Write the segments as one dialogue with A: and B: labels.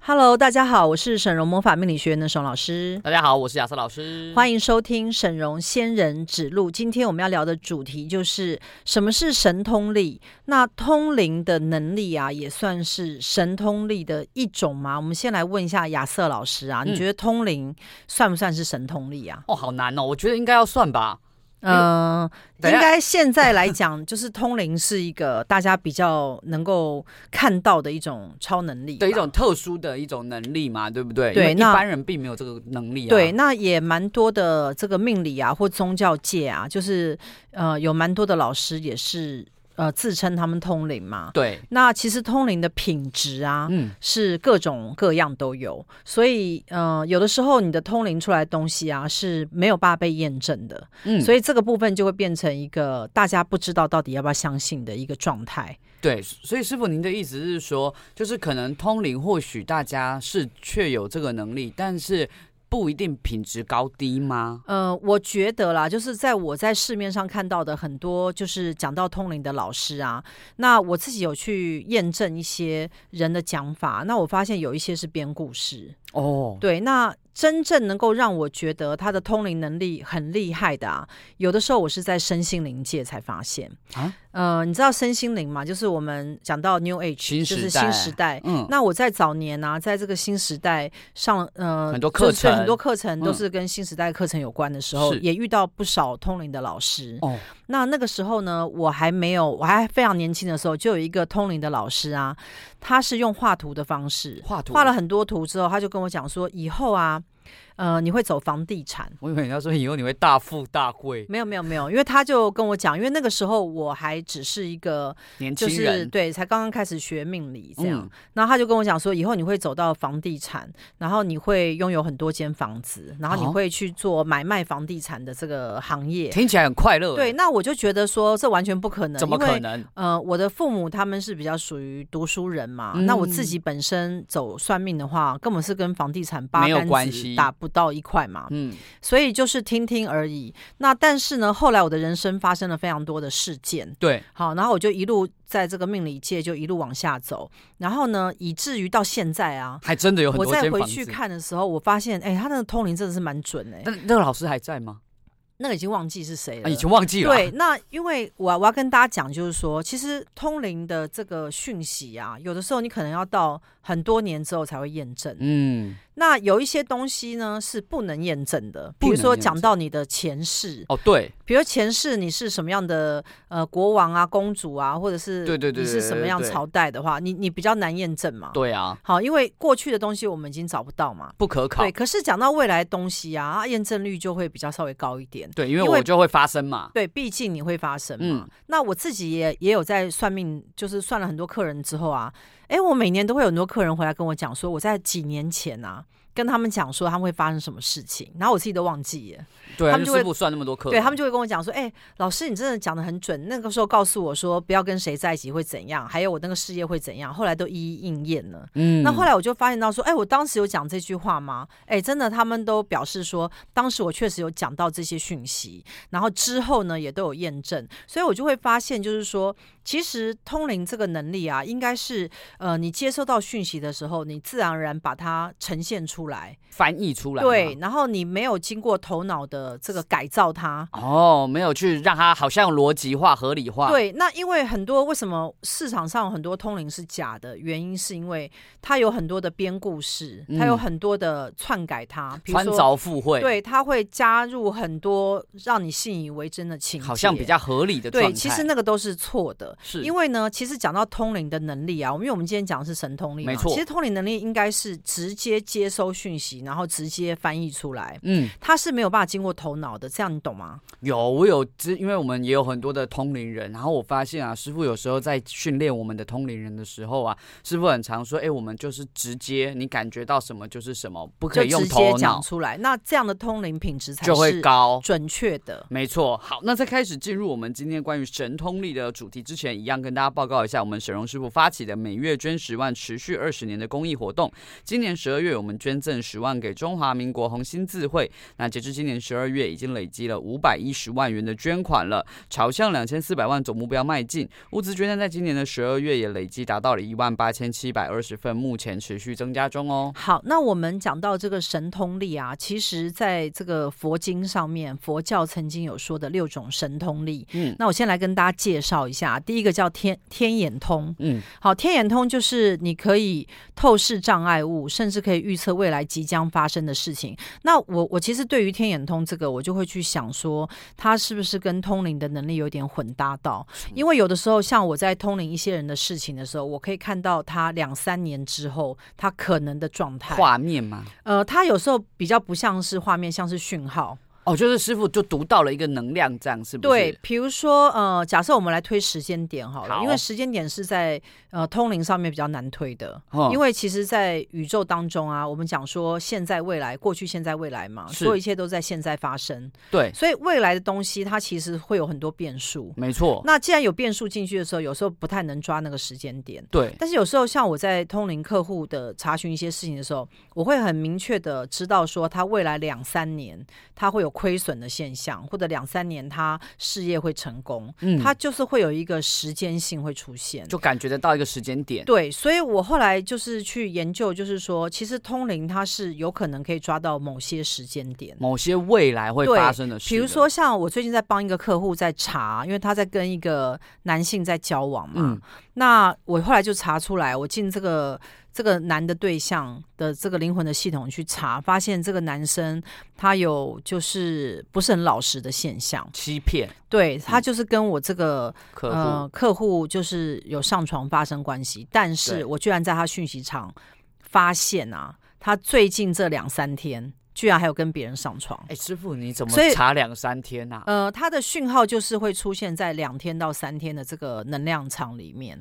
A: Hello，大家好，我是沈荣魔法命理学院的沈老师，
B: 大家好，我是亚瑟老师，
A: 欢迎收听沈荣仙人指路。今天我们要聊的主题就是什么是神通力？那通灵的能力啊，也算是神通力的一种吗？我们先来问一下亚瑟老师啊，
B: 嗯
A: 你觉得通灵算不算是神通力啊？
B: 哦，好难哦，我觉得应该要算吧。
A: 嗯、
B: 呃等一
A: 应
B: 下
A: 该现在来讲， 就是通灵是一个大家比较能够看到的一种超能力吧，
B: 的一种特殊的一种能力嘛，对不对？
A: 对
B: 因为一
A: 那
B: 般人并没有这个能力啊。
A: 对，，那也蛮多的这个命理啊，或宗教界啊，就是呃，有蛮多的老师也是呃自称他们通灵嘛。
B: 对，
A: 那其实通灵的品质啊，
B: 嗯，
A: 是各种各样都有，所以呃，有的时候你的通灵出来的东西啊是没有办法被验证的，
B: 嗯
A: 所
B: 以
A: 以这个部分就会变成一个大家不知道到底要不要相信的一个状态。
B: 对，所以师傅您的意思是说，就是可能通灵或许大家是确有这个能力，但是不一定品质高低吗？
A: 呃，我觉得啦，就是在我在市面上看到的很多，就是讲到通灵的老师啊，那我自己有去验证一些人的讲法，那我发现有一些是编故事。
B: 哦，
A: 对，那真正能够让我觉得他的通灵能力很厉害的啊，有的时候我是在身心灵界才发现。
B: 啊
A: 呃，你知道身心灵嘛？就是我们讲到 New Age，
B: 新
A: 就
B: 时
A: 是
B: 代
A: 新时代。
B: 嗯，
A: 那我在早年啊，在这个新时代上，呃，
B: 很多
A: 就是
B: 课程
A: 很多课程都
B: 嗯
A: 是跟新时代课程有关的时候，
B: 是
A: 也遇到不少通灵的老师。
B: 哦，
A: 那那个时候呢，我还没有，我还非常年轻的时候，就有一个通灵的老师啊，他是用画图的方式，
B: 画图
A: 画了，很多图之后，他就跟我讲说，以后啊，呃，你会走房地产。
B: 我以为你要说以后你会大富大贵，
A: 没有没有没有，因为他就跟我讲，因为那个时候我还只是一个，
B: 年
A: 就
B: 轻
A: 是
B: 人
A: 对，才刚刚开始学命理这样
B: 嗯。
A: 然后他就跟我讲说，以后你会走到房地产，然后你会拥有很多间房子，然后你
B: 哦
A: 会去做买卖房地产的这个行业。
B: 嗯听起来很快乐，
A: 对，，那我就觉得说这完全不可能，
B: 怎么
A: 因为
B: 可能？
A: 呃，我的父母他们是比较属于读书人嘛，
B: 嗯
A: 那我自己本身走算命的话，根本是跟房地产八
B: 没有
A: 竿
B: 关
A: 子
B: 系
A: 打不到一块嘛，
B: 嗯，
A: 所以就是听听而已。那但是呢，后来我的人生发生了非常多的事件，
B: 对，
A: 好，然后我就一路在这个命理界就一路往下走，然后呢，以至于到现在啊，
B: 还真的有很
A: 我
B: 多间
A: 再
B: 房子。
A: 回去看的时候，我发现，哎、他那个通灵真的是蛮准哎、
B: 但那个老师还在吗？
A: 那个已经忘记是谁
B: 啊，
A: 了。
B: 已经忘记了。
A: 呃对，那因为我我要跟大家讲，就是说，其实通灵的这个讯息啊，有的时候你可能要到很多年之后才会验证。
B: 嗯，
A: 那有一些东西呢是不能验证的，比
B: 不
A: 如
B: 能
A: 说
B: 验
A: 讲
B: 证
A: 到你的前世，
B: 哦，对，
A: 比如前世你是什么样的呃国王啊、公主啊，或者是
B: 对对对
A: 你
B: 对
A: 是什么样
B: 对
A: 朝代的话，你你比较难验证嘛。
B: 对啊，
A: 好，因为过去的东西我们已经找不到嘛。
B: 不可考
A: 对，，可是讲到未来的东西啊，验证率就会比较稍微高一点。
B: 对，因为
A: 因为
B: 我就会发生嘛。
A: 对，毕竟你会发生嘛。
B: 嗯
A: 那我自己也也有在算命，就是算了很多客人之后啊，诶，我每年都会有很多客人回来跟我讲说，我在几年前啊，跟他们讲说他们会发生什么事情，然后我自己都忘记了。
B: 对啊，
A: 他们就会
B: 师傅算那么多课，
A: 对他们就会跟我讲说，诶，老师你真的讲的很准，那个时候告诉我说不要跟谁在一起会怎样，还有我那个事业会怎样，后来都一一应验了。
B: 嗯
A: 那后来我就发现到说，哎，我当时有讲这句话吗？哎，真的，他们都表示说，当时我确实有讲到这些讯息，然后之后呢也都有验证，所以我就会发现，就是说，其实通灵这个能力啊，应该是呃，你接收到讯息的时候，你自然而然把它呈现出来，
B: 翻译出来，
A: 对，，然后你没有经过头脑的这个改造它，
B: 哦，没有去让它好像逻辑化、合理化，，
A: 对，那因为很多为什么市场上有很多通灵是假的原因，是因为它有很多的编故事，它有
B: 嗯
A: 很多的篡改它，比如
B: 穿
A: 说。
B: 凿附会，，
A: 对，它会加入很多让你信以为真的情节，
B: 好像比较合理的状态。
A: 对，其实那个都是错的。
B: 是
A: 因
B: 为
A: 为呢，其实讲到通灵的能力啊，因为我们今天讲的是神通力嘛，
B: 没错
A: 其实通灵能力应该是直接接收讯息，然后直接翻译出来，
B: 嗯，
A: 它是没有办法经过头脑的，这样你懂吗？
B: 有我有知，因为我们也有很多的通灵人，然后我发现啊，师傅有时候在训练我们的通灵人的时候啊，师傅很常说，哎、我们就是直接，你感觉到什么就是什么，不
A: 就
B: 可以用
A: 直接
B: 头
A: 讲
B: 脑，
A: 出来，那这样的通灵品质才
B: 就会
A: 是
B: 高。
A: 准确的。
B: 没错，好，那在开始进入我们今天关于神通力的主题之前，一样跟大家报告一下我们沈荣师傅发起的每月捐十万、持续二十年的公益活动。今年十二月，我们捐捐赠十万给中华民国红新字会。那截至今年十二月，已经累积了五百一十万元的捐款了，朝向两千四百万总目标迈进。物资捐赠在今年的十二月也累计达到了一万八千七百二十份，目前持续增加中哦。
A: 好，那我们讲到这个神通力啊，其实在这个佛经上面，佛教曾经有说的六种神通力。
B: 嗯
A: 那我先来跟大家介绍一下，啊第一个叫天天眼通。
B: 嗯，
A: 好，天眼通就是你可以透视障碍物，甚至可以预测未来即将发生的事情。那我我其实对于天眼通这个，我就会去想说，它是不是跟通灵的能力有点混搭到？因为有的时候，像我在通灵一些人的事情的时候，我可以看到他两三年之后他可能的状态。
B: 画面嘛，
A: 呃，他有时候比较不像是画面，像是讯号。
B: 哦，就是师傅就读到了一个能量，这样是不是？
A: 对，，比如说呃，假设我们来推时间点好了，
B: 好
A: 因为时间点是在呃通灵上面比较难推的。
B: 哦
A: 因为其实，在宇宙当中啊，我们讲说现在、未来、过去、现在、未来嘛，
B: 是
A: 所有一切都在现在发生，
B: 对，
A: 所以未来的东西它其实会有很多变数。
B: 没错，
A: 那既然有变数进去的时候，有时候不太能抓那个时间点。
B: 对，
A: 但是有时候，像我在通灵客户的查询一些事情的时候，我会很明确的知道说，他未来两三年他会有亏损的现象，或者两三年他事业会成功，
B: 嗯，
A: 他就是会有一个时间性会出现。
B: 就感觉得到一个时间点。
A: 对，所以我后来就是去研究，就是说，其实通灵它是有可能可以抓到某些时间点。
B: 某些未来会
A: 对
B: 发生的事的，
A: 比如说，像我最近在帮一个客户在查，因为他在跟一个男性在交往嘛，
B: 嗯，
A: 那我后来就查出来，我进这个这个男的对象的这个灵魂的系统去查，发现这个男生他有就是不是很老实的现象，
B: 欺骗
A: 对他就是跟我这个、
B: 嗯客户，
A: 呃客户就是有上床发生关系，但
B: 对
A: 是我居然在他讯息场发现啊，他最近这两三天居然还有跟别人上床。
B: 哎、师傅你怎么
A: 所以
B: 查两三天呐、啊？
A: 呃，它的讯号就是会出现在两天到三天的这个能量场里面。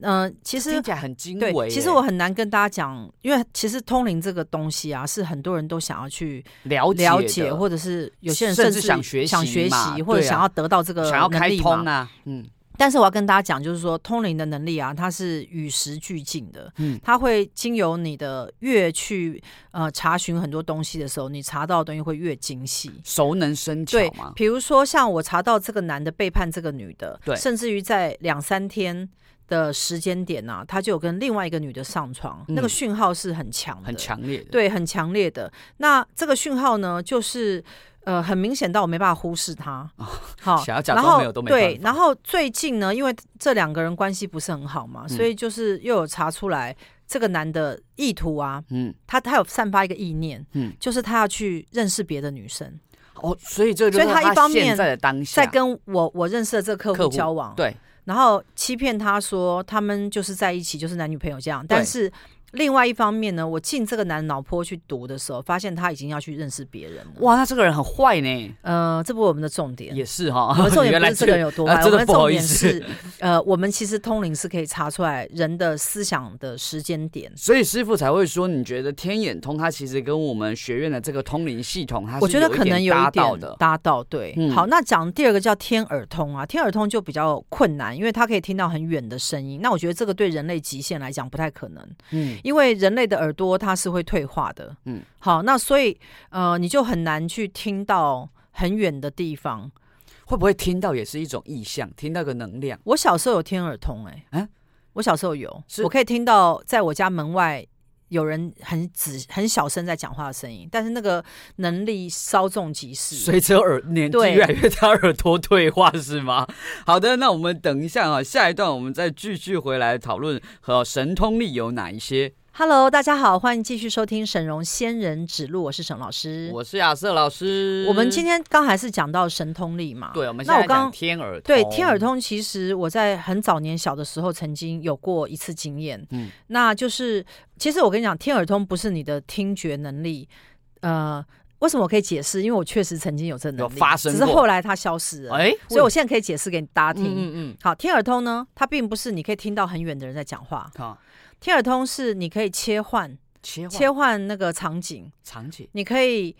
A: 嗯、其实
B: 听欸起来很惊
A: 对，
B: 为耶。
A: 其实我很难跟大家讲，因为其实通灵这个东西啊，是很多人都想要去
B: 了解
A: 了
B: 的
A: 解，或者是有些人
B: 甚
A: 甚
B: 至
A: 至
B: 想学习
A: 想学
B: 嘛
A: 习，或者
B: 对啊
A: 想要得到这个
B: 想要
A: 能
B: 开
A: 力
B: 通
A: 嘛。
B: 啊，嗯，
A: 但是我要跟大家讲，就是说通灵的能力啊，它是与时俱进的，
B: 嗯
A: 它会经由你的越去呃查询很多东西的时候，你查到的东西会越精细。
B: 熟能生巧
A: 对
B: 嘛，，
A: 比如说像我查到这个男的背叛这个女的，
B: 对
A: 甚至于在两三天的时间点呐、他就有跟另外一个女的上床，
B: 嗯
A: 那个讯号是很强的，
B: 很，强烈的。
A: 对，很强烈的。那这个讯号呢，就是呃，很明显到我没办法忽视 他。好
B: 哦想要假
A: 然
B: 装
A: 后
B: 没有都没
A: 对
B: 办，法
A: 然后最近呢，因为这两个人关系不是很好
B: 嗯
A: 嘛，所以就是又有查出来这个男的意图啊，
B: 嗯，
A: 他他有散发一个意念，
B: 嗯
A: 就是他要去认识别的女生。
B: 哦，所以这就
A: 所以
B: 是
A: 他一方面
B: 现在的当下
A: 在跟我我认识的这个客
B: 客
A: 户
B: 户
A: 交往，
B: 对
A: 然后欺骗他说他们就是在一起，就是男女朋友这样。
B: 对
A: 但是另外一方面呢，我进这个男脑波去读的时候，发现他已经要去认识别人了。
B: 哇，那这个人很坏呢，
A: 呃，这不是我们的重点。
B: 也 是哈。
A: 我们重点
B: 原
A: 不
B: 来
A: 是这个人有
B: 个
A: 多
B: 啊
A: 坏，我
B: 真的
A: 们
B: 不
A: 的
B: 好
A: 重
B: 意
A: 点
B: 思
A: 是，呃，我们其实通灵是可以查出来人的思想的时间点。
B: 所以师傅才会说，你觉得天眼通它其实跟我们学院的这个通灵系统，它是
A: 我觉得
B: 有一
A: 可能
B: 点
A: 有
B: 搭
A: 一
B: 到
A: 点
B: 的，
A: 搭到，对。
B: 嗯
A: 好，那讲第二个叫天耳通啊，天耳通就比较困难，因为它可以听到很远的声音。那我觉得这个对人类极限来讲不太可能，
B: 嗯，
A: 因为人类的耳朵它是会退化的。
B: 嗯
A: 嗯，好，那所以呃，你就很难去听到很远的地方。
B: 会不会听到也是一种意象，听到个能量？
A: 我小时候有天耳通、欸，哎、
B: 啊
A: 我小时候有，
B: 是
A: 我可以听到在我家门外。有人很仔很小声在讲话的声音，但是那个能力稍纵即逝。
B: 随着耳年纪
A: 对
B: 越来越大，耳朵退化是吗？ 好的，那我们等一下啊，下一段我们再继续回来讨论和神通力有哪一些。
A: Hello，大家好，欢迎继续收听沈荣仙人指路，我是沈老师。
B: 我是亚瑟老师，
A: 嗯我们今天刚还是讲到神通力嘛，
B: 对，哦我们现
A: 那
B: 在
A: 我刚
B: 讲天耳通，
A: 对天耳通，其实我在很早年小的时候曾经有过一次经验，
B: 嗯
A: 嗯，那就是其实我跟你讲，天耳通不是你的听觉能力，呃，为什么我可以解释？因为我确实曾经有这能
B: 有
A: 力，
B: 发生
A: 只是
B: 过
A: 后来它消失了，
B: 哎，
A: 所以我现在可以解释给大家
B: 嗯
A: 听。
B: 嗯嗯，
A: 好，天耳通呢，它并不是你可以听到很远的人在讲话，
B: 好，
A: 天耳通是你可以切换
B: 切换
A: 切换那个场景。
B: 场景，
A: 你可以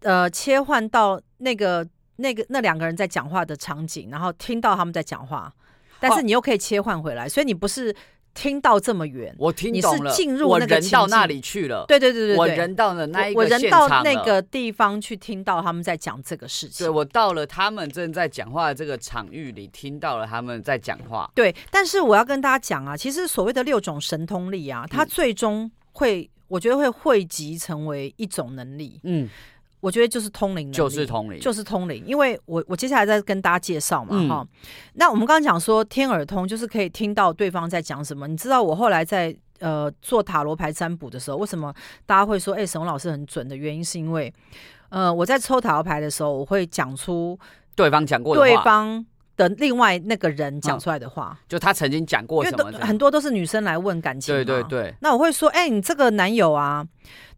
A: 呃切换到那个那个那两个人在讲话的场景，然后听到他们在讲话，但
B: 哦
A: 是你又可以切换回来，所以你不是。听到这么远。
B: 我听
A: 你
B: 懂
A: 是
B: 了，
A: 进入
B: 我
A: 那个
B: 人
A: 情
B: 到那
A: 境
B: 里去了，
A: 对对对对对，
B: 我人到了那一
A: 我
B: 个
A: 我人
B: 现
A: 到
B: 场
A: 那
B: 了
A: 个地方去听到他们在讲这个事情。
B: 对我到了他们正在讲话的这个场域里，听到了他们在讲话。
A: 对，但是我要跟大家讲啊，其实所谓的六种神通力啊，
B: 嗯
A: 它最终会，我觉得会汇集成为一种能力，
B: 嗯，
A: 我觉得就是通灵能力，
B: 就是通灵，
A: 就是通灵，因为我我接下来再跟大家介绍嘛
B: 嗯
A: 哈、那我们刚刚讲说天耳通就是可以听到对方在讲什么，你知道我后来在呃做塔罗牌占卜的时候，为什么大家会说哎沈宏老师很准的原因，是因为呃我在抽塔罗牌的时候，我会讲出
B: 对方讲过的
A: 对
B: 话，
A: 方的另外那个人讲出来的话。
B: 就他曾经讲过
A: 因为
B: 什
A: 都
B: 么的。
A: 很多都是女生来问感情，
B: 对对。对，
A: 那我会说，哎、你这个男友啊，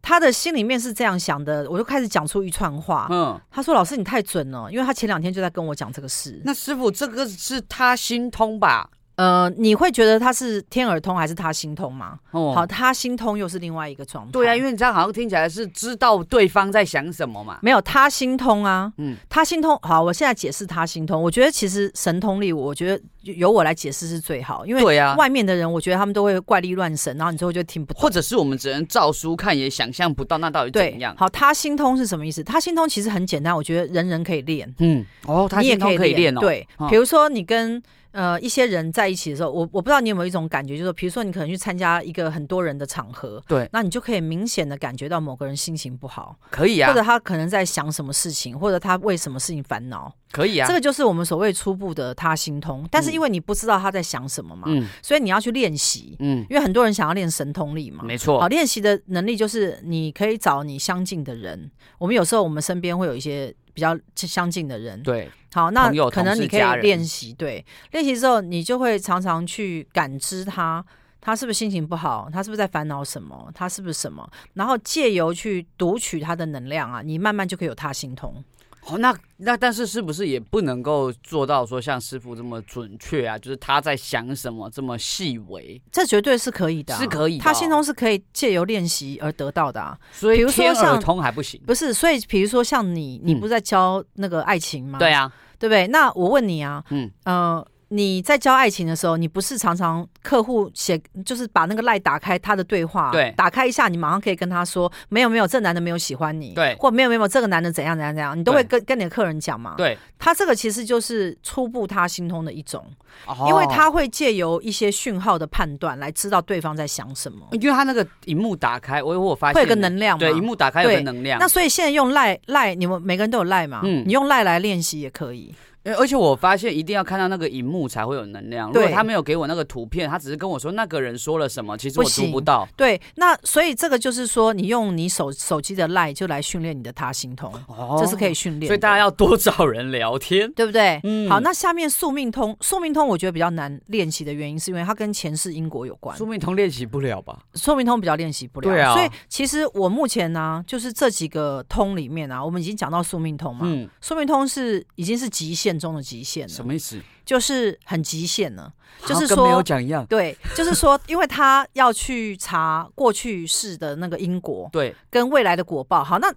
A: 他的心里面是这样想的，我就开始讲出一串话。
B: 嗯，
A: 他说：“老师，你太准了，因为他前两天就在跟我讲这个事。
B: 那师傅这个是他心通吧？
A: 呃，你会觉得他是天耳通还是他心通吗？
B: 哦
A: 好，，他心通又是另外一个状态。
B: 对啊，因
A: 为
B: 为你这样好像听起来是知道对方在想什么嘛。
A: 没有他心通啊，
B: 嗯
A: 嗯，他心通。好，我现在解释他心通。我觉得其实神通力，我觉得由我来解释是最好，因为
B: 对啊，
A: 外面的人，我觉得他们都会怪力乱神，然后你最后就听不懂。
B: 或者是我们只能照书看，也想象不到那到底
A: 对
B: 怎样。
A: 好，他心通是什么意思？他心通其实很简单，我觉得人人可以练，
B: 嗯，哦，他
A: 你也
B: 心通可以
A: 练
B: 练哦。，
A: 对
B: 嗯，
A: 比如说你跟呃一些人在一起的时候，我我不知道你有没有一种感觉，就是说比如说你可能去参加一个很多人的场合，
B: 对
A: 那你就可以明显的感觉到某个人心情不好，
B: 可以啊
A: 或者，他可能在想什么事情，或者他为什么事情烦恼，
B: 可以啊
A: 这。个就是我们所谓初步的他心通。但是因为你不知道他在想什么嘛，
B: 嗯
A: 所以你要去练习，
B: 嗯，
A: 因为很多人想要练神通力嘛，
B: 没
A: 好，
B: 错。
A: 练习的能力就是你可以找你相近的人。我们有时候我们身边会有一些比较相近的人，
B: 对，
A: 好，那
B: 朋友
A: 可能
B: 同事
A: 你可以
B: 家人
A: 练习，对，练习之后你就会常常去感知他。他是不是心情不好？他是不是在烦恼什么？他是不是什么？然后借由去读取他的能量啊，你慢慢就可以有他心通。
B: 哦，那那但是是不是也不能够做到说像师傅这么准确啊？就是他在想什么这么细微，
A: 这绝对是可以的啊、
B: 是可以的哦
A: 他心通是可以借由练习而得到的啊。
B: 所
A: 比
B: 以
A: 如说
B: 天耳
A: 像啊
B: 通还不行。
A: 不是，所以比如说像你，你
B: 嗯
A: 不是在教那个爱情吗？
B: 对啊，
A: 对不对？那我问你啊，
B: 嗯
A: 嗯，呃，你在教爱情的时候，你不是常常客户写，就是把那个赖打开他的对话，
B: 对
A: 打开一下，你马上可以跟他说，没有没有，这男的没有喜欢你，
B: 对
A: 或没有没有，这个男的怎样怎样怎样，你都
B: 对
A: 会跟跟你的客人讲嘛。
B: 对，
A: 他这个其实就是初步他心通的一种，
B: 哦
A: 因为他会借由一些讯号的判断来知道对方在想什么，
B: 因为他那个荧幕打开，我我发现
A: 会有个能量嘛。
B: 对荧幕打开有个
A: 对
B: 能量
A: 那。所以现在用赖赖，你们每个人都有赖嘛？
B: 嗯
A: 你用赖来练习也可以。
B: 呃而且我发现一定要看到那个荧幕才会有能量。如果
A: 对
B: 他没有给我那个图片，他只是跟我说那个人说了什么，其实
A: 不
B: 我读不
A: 行
B: 到。
A: 对，那所以这个就是说，你用你手手机的 line 就来训练你的他心通，
B: 哦
A: 这是可以训练的。
B: 所以大家要多找人聊天。
A: 对不对？
B: 嗯
A: 好，那下面宿命通，宿命通我觉得比较难练习的原因，是因为它跟前世因果有关
B: 说。明通练习不了吧？
A: 宿命通比较练习不了，
B: 对啊
A: 所以其实我目前呢、就是这几个通里面啊，我们已经讲到宿命通嘛，
B: 嗯，
A: 宿命通是已经是极限中的极限
B: 什
A: 了，
B: 么意思？
A: 就是很极限了。就
B: 好
A: 是
B: 跟
A: 说
B: 没有讲一样。
A: 对，就是说，因为他要去查过去世的那个因果，
B: 对，
A: 跟未来的果报。好，那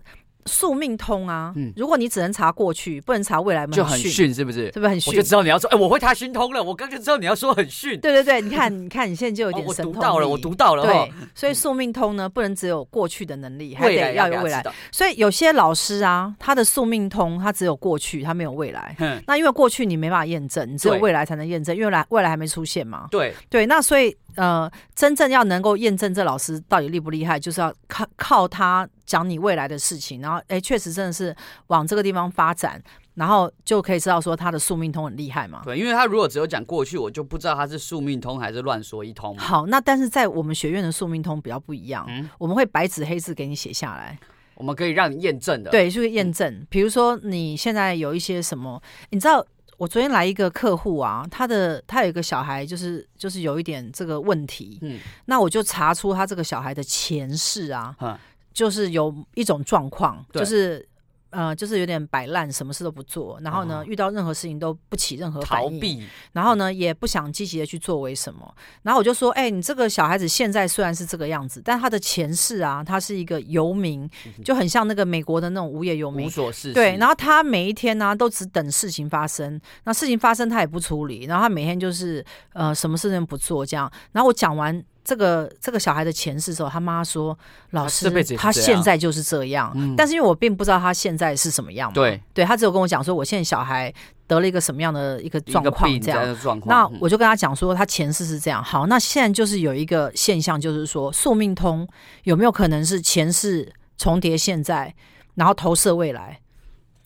A: 宿命通啊，
B: 嗯
A: 如果你只能查过去，不能查未来，
B: 就很
A: 逊，
B: 逊，是不是？
A: 是不是很
B: 我就
A: 逊？
B: 知道你要说，哎、我会他心通了，我刚就知道你要说很逊。
A: 对对对，你看， 你看，你现在就有
B: 哦
A: 点
B: 我
A: 神
B: 读
A: 通、
B: 到了，我。读到了哦
A: 对，，所以宿命通呢，不能只有过去的能力，还
B: 未来
A: 得要
B: 给
A: 有
B: 他
A: 未来
B: 知。道。
A: 所以有些老师啊，他的宿命通，他只有过去，他没有未来。
B: 哼，
A: 那因为过去你没办法验证，你只有
B: 对
A: 未来才能验证，因为来未来还没出现嘛。
B: 对，
A: 对，那所以呃，真正要能够验证这老师到底厉不厉害，就是要靠靠他讲你未来的事情，然后哎，确实真的是往这个地方发展，然后就可以知道说他的宿命通很厉害嘛。
B: 对，因为他如果只有讲过去，我就不知道他是宿命通还是乱说一通嘛。
A: 好，那但是在我们学院的宿命通比较不一样，
B: 嗯
A: 我们会白纸黑字给你写下来，
B: 我们可以让你验证的。，
A: 对，就是验证。比如说你现在有一些什么，你知道。我昨天来一个客户啊，他的他有一个小孩，就是就是有一点这个问题，
B: 嗯
A: 那我就查出他这个小孩的前世啊，
B: 嗯
A: 就是有一种状况，
B: 对
A: 就是呃，就是有点摆烂，什么事都不做，然后呢，
B: 哦
A: 遇到任何事情都不起任何反
B: 逃
A: 应，
B: 避，
A: 然后呢，也不想积极的去作为什么。然后我就说，哎、你这个小孩子现在虽然是这个样子，但他的前世啊，他是一个游民，就很像那个美国的那种无业游
B: 嗯无
A: 民。
B: 所事事。
A: 对，然
B: 后
A: 后他每一天呢、都只等事情发生。那事情发生，他也不处理，然后他每天就是呃，什么事情不做这样。然后我讲完这个这个小孩的前世之后，他妈说：“老师
B: 这辈子也，是
A: 他
B: 这样嗯
A: 现在就是这样。但是因为我并不知道他现在是什么样嘛，
B: 对
A: 对他只有跟我讲说，我现在小孩得了一个什么样的一个
B: 一
A: 状
B: 个
A: 况
B: 病
A: 这
B: 这
A: 样
B: 样。的状
A: 那
B: 况，嗯
A: 我就跟他讲说，他前世是这样。好，那现在就是有一个现象，就是说宿命通有没有可能是前世重叠现在，然后投射未来？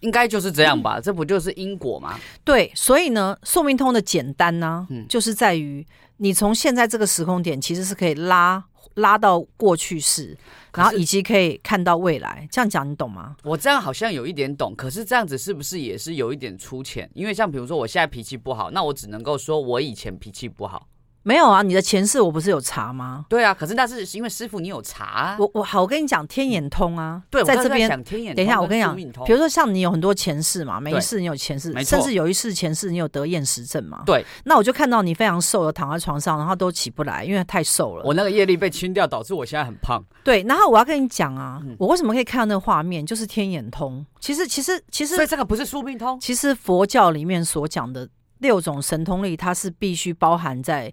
B: 应该就是这样
A: 嗯
B: 吧？这不就是因果吗？
A: 对，所以呢，宿命通的简单呢、
B: 嗯
A: 就是在于你从现在这个时空点，其实是可以拉拉到过去式，
B: 可
A: 然后
B: 是
A: 以及可以看到未来。这样讲你懂吗？
B: 我这样好像有一点懂，可是这样子是不是也是有一点粗浅？因为像比如说我现在脾气不好，那我只能够说我以前脾气不好。
A: 没有啊，你的前世我不是有查吗？
B: 对啊，可是那是因为师傅你有查啊、
A: 我我好，我跟你讲，天眼通啊，
B: 对，我
A: 在
B: 刚
A: 这
B: 才
A: 边
B: 想天眼
A: 等一下，
B: 通
A: 我跟你
B: 宿
A: 讲
B: 命，通
A: 比如说像你有很多前世嘛，每一
B: 对
A: 世你有前世
B: 没，
A: 甚
B: 错
A: 至有一世前世你有得厌食症嘛。
B: 对，
A: 那我就看到你非常瘦的躺在床上，然后都起不来，因为太瘦了。
B: 我那个业力被清掉，导致我现在很胖。
A: 对，然后我要跟你讲啊，
B: 嗯
A: 我为什么可以看到那个画面，就是天眼通。其实，其实，其
B: 所
A: 实，
B: 以这个不是宿命通，
A: 其实佛教里面所讲的六种神通力，它是必须包含在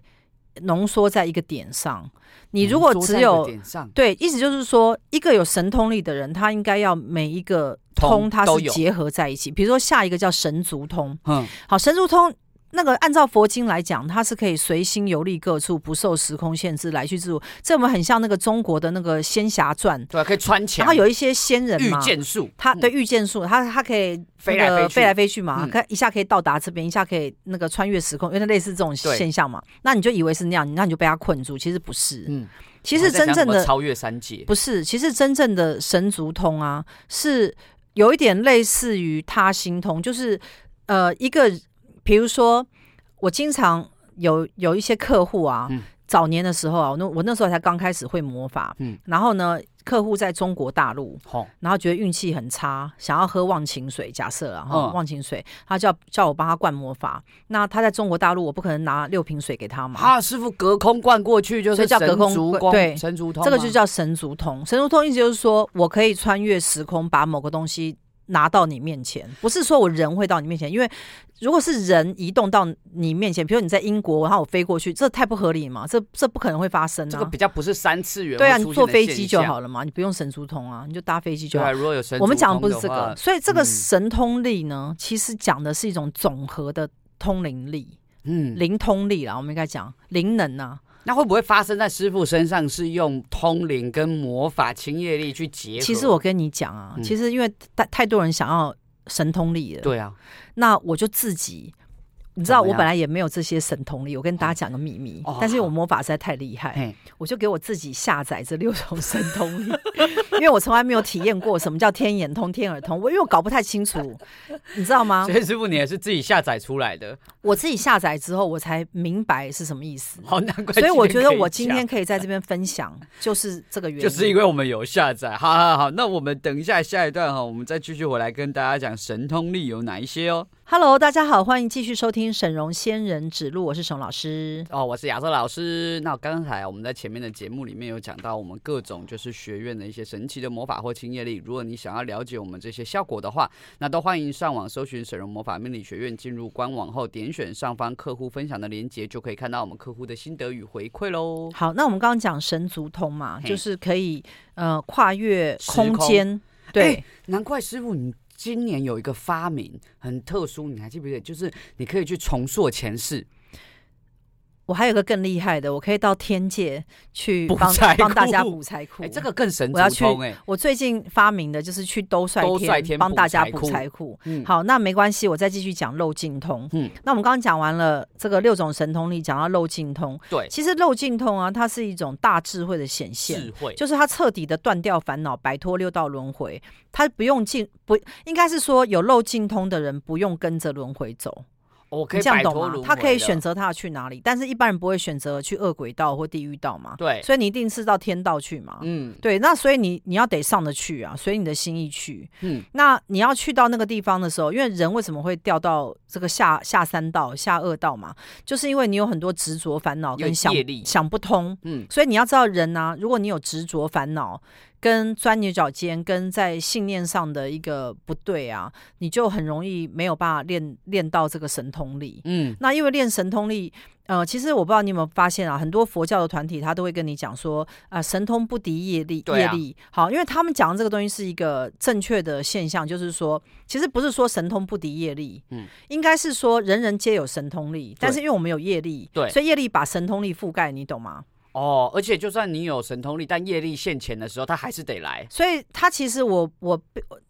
A: 浓缩在一个点上。你如果
B: 浓嗯缩在
A: 只
B: 一个
A: 有
B: 点上，
A: 对，意思就是说，一个有神通力的人，他应该要每一个通
B: 通
A: 它
B: 都
A: 是
B: 有
A: 结合在一起。比如说下一个叫神足通，
B: 嗯，
A: 好，神足通。那个按照佛经来讲，它是可以随心游历各处，不受时空限制，来去自如。这我们很像那个中国的那个仙侠传，
B: 对啊，可以穿墙，
A: 然后有一些仙人
B: 御
A: 嘛，
B: 剑术，
A: 他
B: 嗯
A: 对御剑术，他他可以
B: 飞
A: 那
B: 来
A: 个
B: 飞去
A: 飞来飞去嘛，
B: 嗯
A: 可一下可以到达这边，一下可以那个穿越时空，因为它类似这种
B: 对
A: 现象嘛。那你就以为是那样，那你就被他困住，其实不是。
B: 嗯，
A: 其
B: 我
A: 实
B: 在想
A: 真正
B: 怎么
A: 的
B: 超越三界，
A: 不是，其实真正的神足通啊，是有一点类似于他心通，就是呃，一个比如说，我经常有有一些客户啊，
B: 嗯
A: 早年的时候啊，我那我那时候才刚开始会魔法，
B: 嗯
A: 然后呢，客户在中国大陆，
B: 吼，
A: 然后觉得运气很差，想要喝忘情水，假设啊，哈
B: 嗯
A: 忘情水，他叫叫我帮他灌魔法，那他在中国大陆，我不可能拿六瓶水给他嘛，
B: 哈，啊师傅隔空灌过去就
A: 嗯所以
B: 是
A: 叫隔空
B: 神足
A: 灌
B: 光
A: 对
B: 神足通吗，
A: 这个就叫神足通。神足通意思就是说我可以穿越时空，把某个东西拿到你面前，不是说我人会到你面前，因为如果是人移动到你面前，比如你在英国，然后我飞过去，这太不合理嘛，这这不可能会发生
B: 这个
A: 啊。
B: 比较不是三次元，
A: 对啊，你坐飞机就。好了嘛，你不用神足通啊，你就搭飞机就
B: 对
A: 好
B: 啊，。如果有神足通话，
A: 我们讲的不是这个，所以这个
B: 嗯
A: 神通力呢，其实讲的是一种总和的通灵力、
B: 嗯，
A: 灵通力啦，我们应该讲灵能啊。
B: 那会不会发生在师傅身上？是用通灵跟魔法、清业力去结合？
A: 其实我跟你讲啊，
B: 嗯
A: 其实因为太太多人想要神通力了，
B: 对啊，
A: 那我就自己。你知道
B: 怎么
A: 我
B: 样
A: 本来也没有这些神通力，我跟大家讲个秘密，
B: 哦嗯
A: 但是我魔法实在太厉害，
B: 嘿，
A: 我就给我自己下载这六种神通力，因为我从来没有体验过什么叫天眼通、天耳通，我因为我搞不太清楚，你知道吗
B: 所？以师傅你也是自己下载出来的，
A: 我自己下载之后，我才明白是什么意 思，
B: 好难怪。
A: 所以嗯我觉得
B: 可以
A: 我今
B: 讲
A: 天可以在这边分享，就是这个原因，
B: 就是因为我们有下载，好好好，那我们等一下下一段哈，我们再继续回来跟大家讲神通力有哪一些哦。
A: Hello，大家好，欢迎继续收听沈荣仙人指路，我是沈老师。
B: 哦，我是亚瑟老师。那刚才我们在前面的节目里面有讲到我们各种就是学院的一些神奇的魔法或清业力。如果你想要了解我们这些效果的话，那都欢迎上网搜寻沈荣魔法命理学院，进入官网后点选上方客户分享的链接，就可以看到我们客户的心得与回馈喽。
A: 好，那我们刚刚讲神足通嘛，
B: 嘿
A: 就是可以呃跨越
B: 时
A: 空
B: 空
A: 间，对
B: 哎，难怪师傅你。今年有一个发明很特殊，你还记不记得？就是你可以去重塑前世，
A: 我还有个更厉害的，我可以到天界去
B: 补
A: 帮
B: 财库
A: 帮大家补财库。
B: 哎、这个更神
A: 我要
B: 足
A: 去
B: 通哎、
A: 我最近发明的就是去兜率
B: 兜率天
A: 帮
B: 补
A: 大家
B: 财
A: 补
B: 库
A: 财库。
B: 嗯，
A: 好，那没关系，我再继续讲漏尽通。
B: 嗯
A: 那我们刚刚讲完了这个六种神通力，讲到漏尽通，
B: 对，
A: 其实漏尽通啊，它是一种大智慧的显现。
B: 智慧
A: 就是他彻底的断掉烦恼，摆脱六道轮回。他不用进不，应该是说有漏尽通的人不用跟着轮回走。
B: 我可
A: 你
B: 以
A: 这样
B: 摆
A: 懂
B: 脱
A: 吗
B: 轮？
A: 他可以
B: 回的
A: 选择他去哪里，但是一般人不会选择去恶鬼道或地狱道嘛。
B: 对，
A: 所以你一定是到天道去嘛。
B: 嗯
A: 对，那所以你你要得上得去啊，随你的心意去。
B: 嗯，
A: 那你要去到那个地方的时候，因为人为什么会掉到这个下下三道、下二道嘛，就是因为你有很多执着、烦恼
B: 有
A: 跟想
B: 业力，
A: 想不通。
B: 嗯
A: 所以你要知道，人呢、如果你有执着、烦恼、跟钻牛角尖、跟在信念上的一个不对啊，你就很容易没有办法练练到这个神通力。
B: 嗯
A: 那因为练神通力，呃，其实我不知道你有没有发现啊，很多佛教的团体他都会跟你讲说，啊、神通不敌业力，
B: 对
A: 业
B: 啊
A: 力好，因为他们讲的这个东西是一个正确的现象，就是说，其实不是说神通不敌业力，
B: 嗯
A: 嗯，应该是说人人皆有神通力，但是因为我们有业力，
B: 对
A: 所以业力把神通力覆盖，你懂吗？
B: 哦，而且就算你有神通力，但业力现前的时候，他还是得来。
A: 所以他其实我我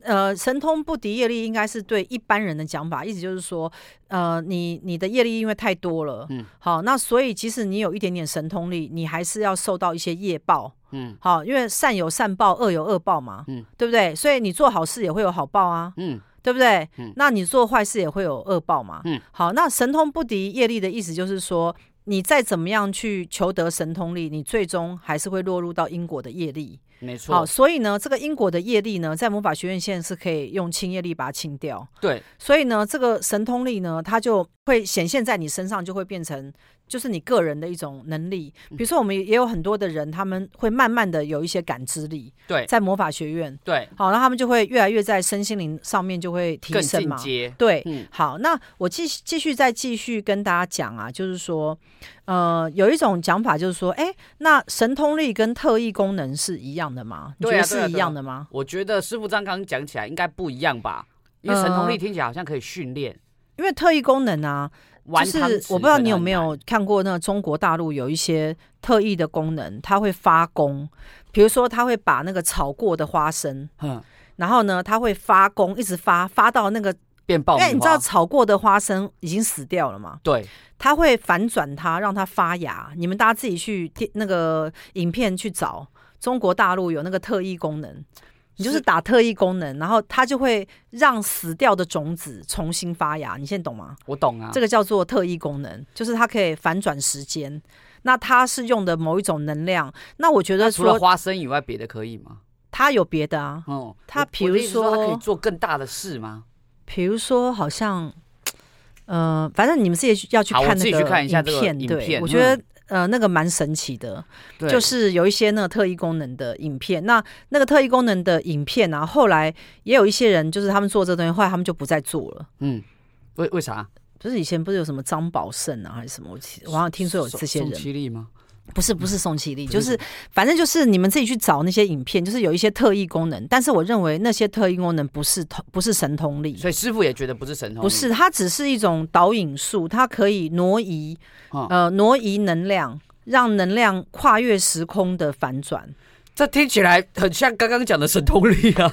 A: 呃，神通不敌业力，应该是对一般人的讲法，意思就是说，呃，你你的业力因为太多了，
B: 嗯
A: 嗯，好，那所以即使你有一点点神通力，你还是要受到一些业报。
B: 嗯
A: 好，因为善有善报，恶有恶报嘛，
B: 嗯
A: 嗯，对不对？所以你做好事也会有好报啊，
B: 嗯
A: 对不对？
B: 嗯
A: 那你做坏事也会有恶报嘛。
B: 嗯
A: 好，那神通不敌业力的意思就是说，你再怎么样去求得神通力，你最终还是会落入到因果的业力。
B: 没
A: 好，
B: 错，
A: 所以呢，这个因果的业力呢，在魔法学院现在是可以用清业力把它清掉。
B: 对，
A: 所以呢，这个神通力呢，它就会显现在你身上，就会变成就是你个人的一种能力。
B: 嗯
A: 比如说，我们也有很多的人，他们会慢慢的有一些感知力，
B: 对
A: 在魔法学院，
B: 对，
A: 好，那他们就会越来越在身心灵上面就会提
B: 更
A: 升
B: 进
A: 嘛。
B: 阶。
A: 对，
B: 嗯
A: 好，那我继续继续再继续跟大家讲啊，就是说，呃，有一种讲法就是说，哎，那神通力跟特异功能是一样的吗？你觉
B: 对啊
A: 得
B: 对啊
A: 是一
B: 对啊
A: 样的吗？
B: 我觉得师傅刚刚讲起来应该不一样吧，因为神通力
A: 呃
B: 听起来好像可以训练，
A: 因为特异功能啊，
B: 玩
A: 就是
B: 汤匙
A: 我不知道
B: 可能
A: 你有
B: 很
A: 没
B: 难
A: 有看过那个中国大陆有一些特异的功能，它会发功，比如说它会把那个炒过的花生，
B: 哼
A: 然后呢，它会发功，一直发发到那个，
B: 变爆
A: 因
B: 米花。
A: 哎为你知道炒过的花生已经死掉了嘛，
B: 对，
A: 它会反转它，让它发芽。你们大家自己去电那个影片去找，中国大陆有那个特异功能，你就是是打特异功能，然后它就会让死掉的种子重新发芽。你现在懂吗？
B: 我懂啊，
A: 这个叫做特异功能，就是它可以反转时间。那它是用的某一种能量。那我觉得
B: 除了
A: 说
B: 花生以外，别的可以吗？
A: 它有别的啊，
B: 哦，
A: 他
B: 我
A: 比
B: 我的
A: 如
B: 意思说，他可以
A: 说
B: 做更大的事吗？
A: 比如说好像。呃，反正你们自己去要去
B: 好我
A: 看
B: 自己
A: 那
B: 去看一下这个
A: 影片，
B: 影
A: 对
B: 片，嗯
A: 我觉得、呃那个蛮神奇的。
B: 对
A: 就是有一些那个特异功能的影片。那那个特异功能的影片啊，后来也有一些人，就是他们做这东西，后来他们就不再做了。
B: 嗯，为为啥？
A: 不是以前不是有什么张宝胜啊，还是什么？我记我好像听说有
B: 宋
A: 这些
B: 宋
A: 人，
B: 七力吗？
A: 不是不是宋其力，
B: 不
A: 就是是反正就是你们自己去找那些影片，就是有一些特异功能，但是我认为那些特异功能不是通不是神通力，
B: 所以师傅也觉得不是神通力，
A: 不是它只是一种导引术，它可以挪移
B: 哦，
A: 呃挪移能量，让能量跨越时空的反转。
B: 这听起来很像刚刚讲的神通力啊。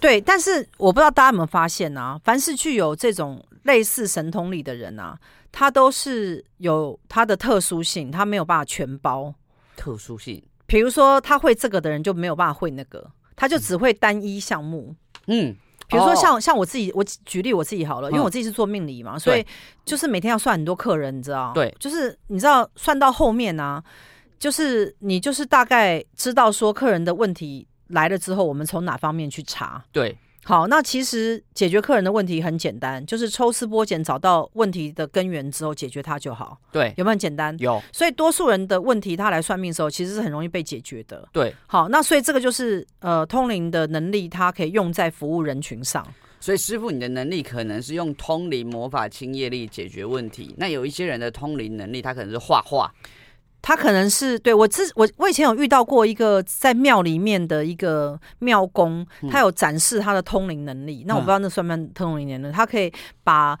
A: 对，但是我不知道大家有没有发现啊，凡是具有这种类似神通力的人啊，他都是有他的特殊性，他没有办法全包。
B: 特殊性，
A: 比如说，他会这个的人就没有办法会那个，他就只会单一项目。
B: 嗯，
A: 比如说
B: 哦
A: 像、像我自己，我举举例我自己好了，因为
B: 嗯
A: 我自己是做命理嘛，所以就是每天要算很多客人，你知道？
B: 对
A: 就是你知道算到后面啊，就是你就是大概知道说客人的问题来了之后，我们从哪方面去查。
B: 对，
A: 好，那其实解决客人的问题很简单，就是抽丝剥茧，找到问题的根源之后解决它就好，
B: 对，
A: 有没有很简单？
B: 有，
A: 所以多数人的问题，他来算命的时候，其实是很容易被解决的。
B: 对，
A: 好，那所以这个就是呃通灵的能力，它可以用在服务人群上。
B: 所以师傅，你的能力可能是用通灵、魔法、清业力解决问题。那有一些人的通灵能力，他可能是画画，
A: 他可能是对我之我我以前有遇到过一个在庙里面的一个庙公，他有展示他的通灵能力。那我不知道那算不算通灵能力？他可以把，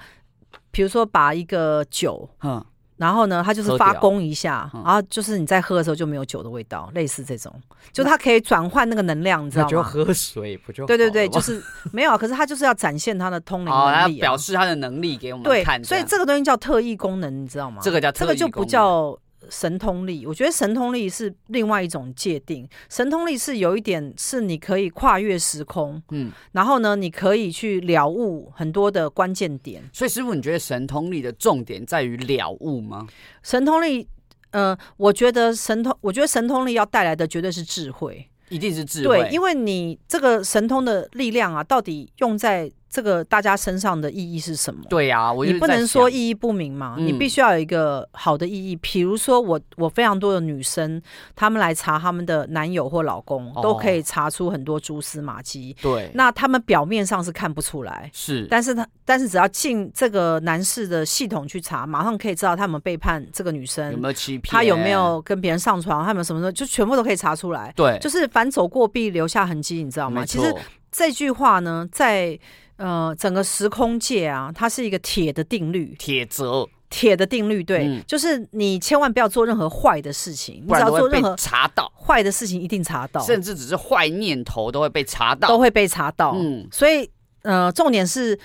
A: 比如说把一个酒，
B: 嗯，
A: 然后呢，它就是
B: 喝
A: 发
B: 掉
A: 功一下，
B: 嗯
A: 然后就是你在喝的时候就没有酒的味道，类似这种，就它可以转换那个能量，你知
B: 那
A: 道
B: 就
A: 吗？
B: 喝水不就
A: 对对对，
B: 好了
A: 就
B: 吗
A: 是 没有啊，可是它就是要展现它的通灵
B: 哦，他
A: 能力、啊，
B: 表示他的能力给我们
A: 对
B: 看，，
A: 所以
B: 样
A: 这个东西叫特异功能，你知道吗？
B: 这个叫
A: 这个
B: 特异
A: 就不
B: 功能
A: 叫神通力，我觉得神通力是另外一种界定。神通力是有一点是你可以跨越时空，
B: 嗯，
A: 然后呢，你可以去了悟很多的关键点。
B: 所以师傅，你觉得神通力的重点在于了悟吗？
A: 神通力，呃，我觉得神通，我觉得神通力要带来的绝对是智慧，
B: 一定是智慧，
A: 对，因为你这个神通的力量啊，到底用在这个大家身上的意义是什么？
B: 对呀、我
A: 你
B: 就是
A: 不
B: 在
A: 能说
B: 想
A: 意义不明嘛，
B: 嗯
A: 你必须要有一个好的意义。比如说我，我非常多的女生，她们来查她们的男友或老公，
B: 哦
A: 都可以查出很多蛛丝马迹。
B: 对，
A: 那她们表面上是看不出来，
B: 是
A: 但是她但是只要进这个男士的系统去查，马上可以知道他们背叛这个女
B: 有
A: 生，
B: 没有欺骗？
A: 她有没有跟别人上床，她有没有什么的，就全部都可以查出来。
B: 对？
A: 就是反走过必留下痕迹，你知道吗？
B: 没
A: 其实
B: 错
A: 这句话呢，在呃整个时空界啊，它是一个铁的定律。
B: 铁则，
A: 铁的定律，对，
B: 嗯
A: 就是你千万不要做任何坏的事情，你
B: 不
A: 只
B: 然
A: 要
B: 都
A: 做
B: 会被
A: 任何
B: 查到，
A: 坏的事情，一定查到，
B: 甚至只是坏念头都会被查到。
A: 都会哦被查到。
B: 嗯，
A: 所以，呃，重点是，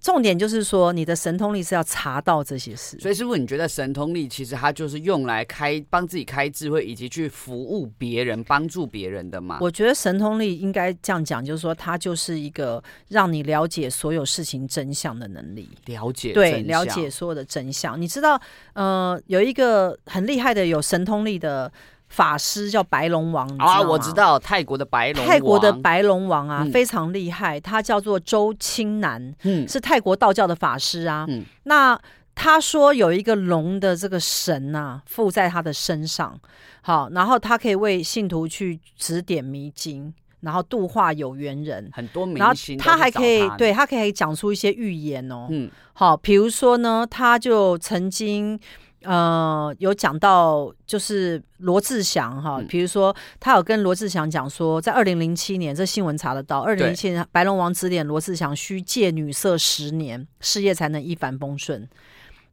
A: 重点就是说，你的神通力是要查到这些事。
B: 所以师傅，你觉得神通力其实它就是用来开帮自己开智慧，以及去服务别人、帮助别人的嘛？
A: 我觉得神通力应该这样讲，就是说，它就是一个让你了解所有事情真相的能力。
B: 了解真
A: 对，
B: 相
A: 了解所有的真相。你知道，呃，有一个很厉害的有神通力的法师叫白龙王
B: 啊，
A: 你
B: 我
A: 知
B: 知
A: 道吗。
B: 道泰国的白龙王，
A: 泰国的白龙王啊，
B: 嗯
A: 非常厉害，他叫做周青南，
B: 嗯
A: 是泰国道教的法师啊。
B: 嗯
A: 那他说有一个龙的这个神呐、附在他的身上，好，然后他可以为信徒去指点迷津，然后度化有缘人。
B: 很多明
A: 然后
B: 星都去找
A: 他
B: 他
A: 还可以
B: 呢，
A: 对他可以讲出一些预言哦，
B: 嗯
A: 好，比如说呢，他就曾经呃有讲到，就是罗志祥哈
B: 嗯，
A: 比如说他有跟罗志祥讲说，在二零零七年，这新闻查得到，二零零七年白龙王指点罗志祥需戒女色十年，事业才能一帆风顺。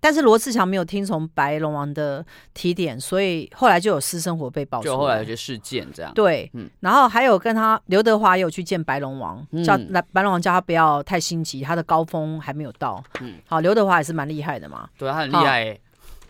A: 但是罗志祥没有听从白龙王的提点，所以后来就有私生活被爆出来。
B: 就后来有些事件这样，
A: 对，
B: 嗯
A: 然后还有跟他刘德华也有去见白龙王，
B: 嗯
A: 叫来白龙王叫他不要太心急，他的高峰还没有到。
B: 嗯
A: 好，刘德华也是蛮厉害的嘛。
B: 对，他很厉害欸，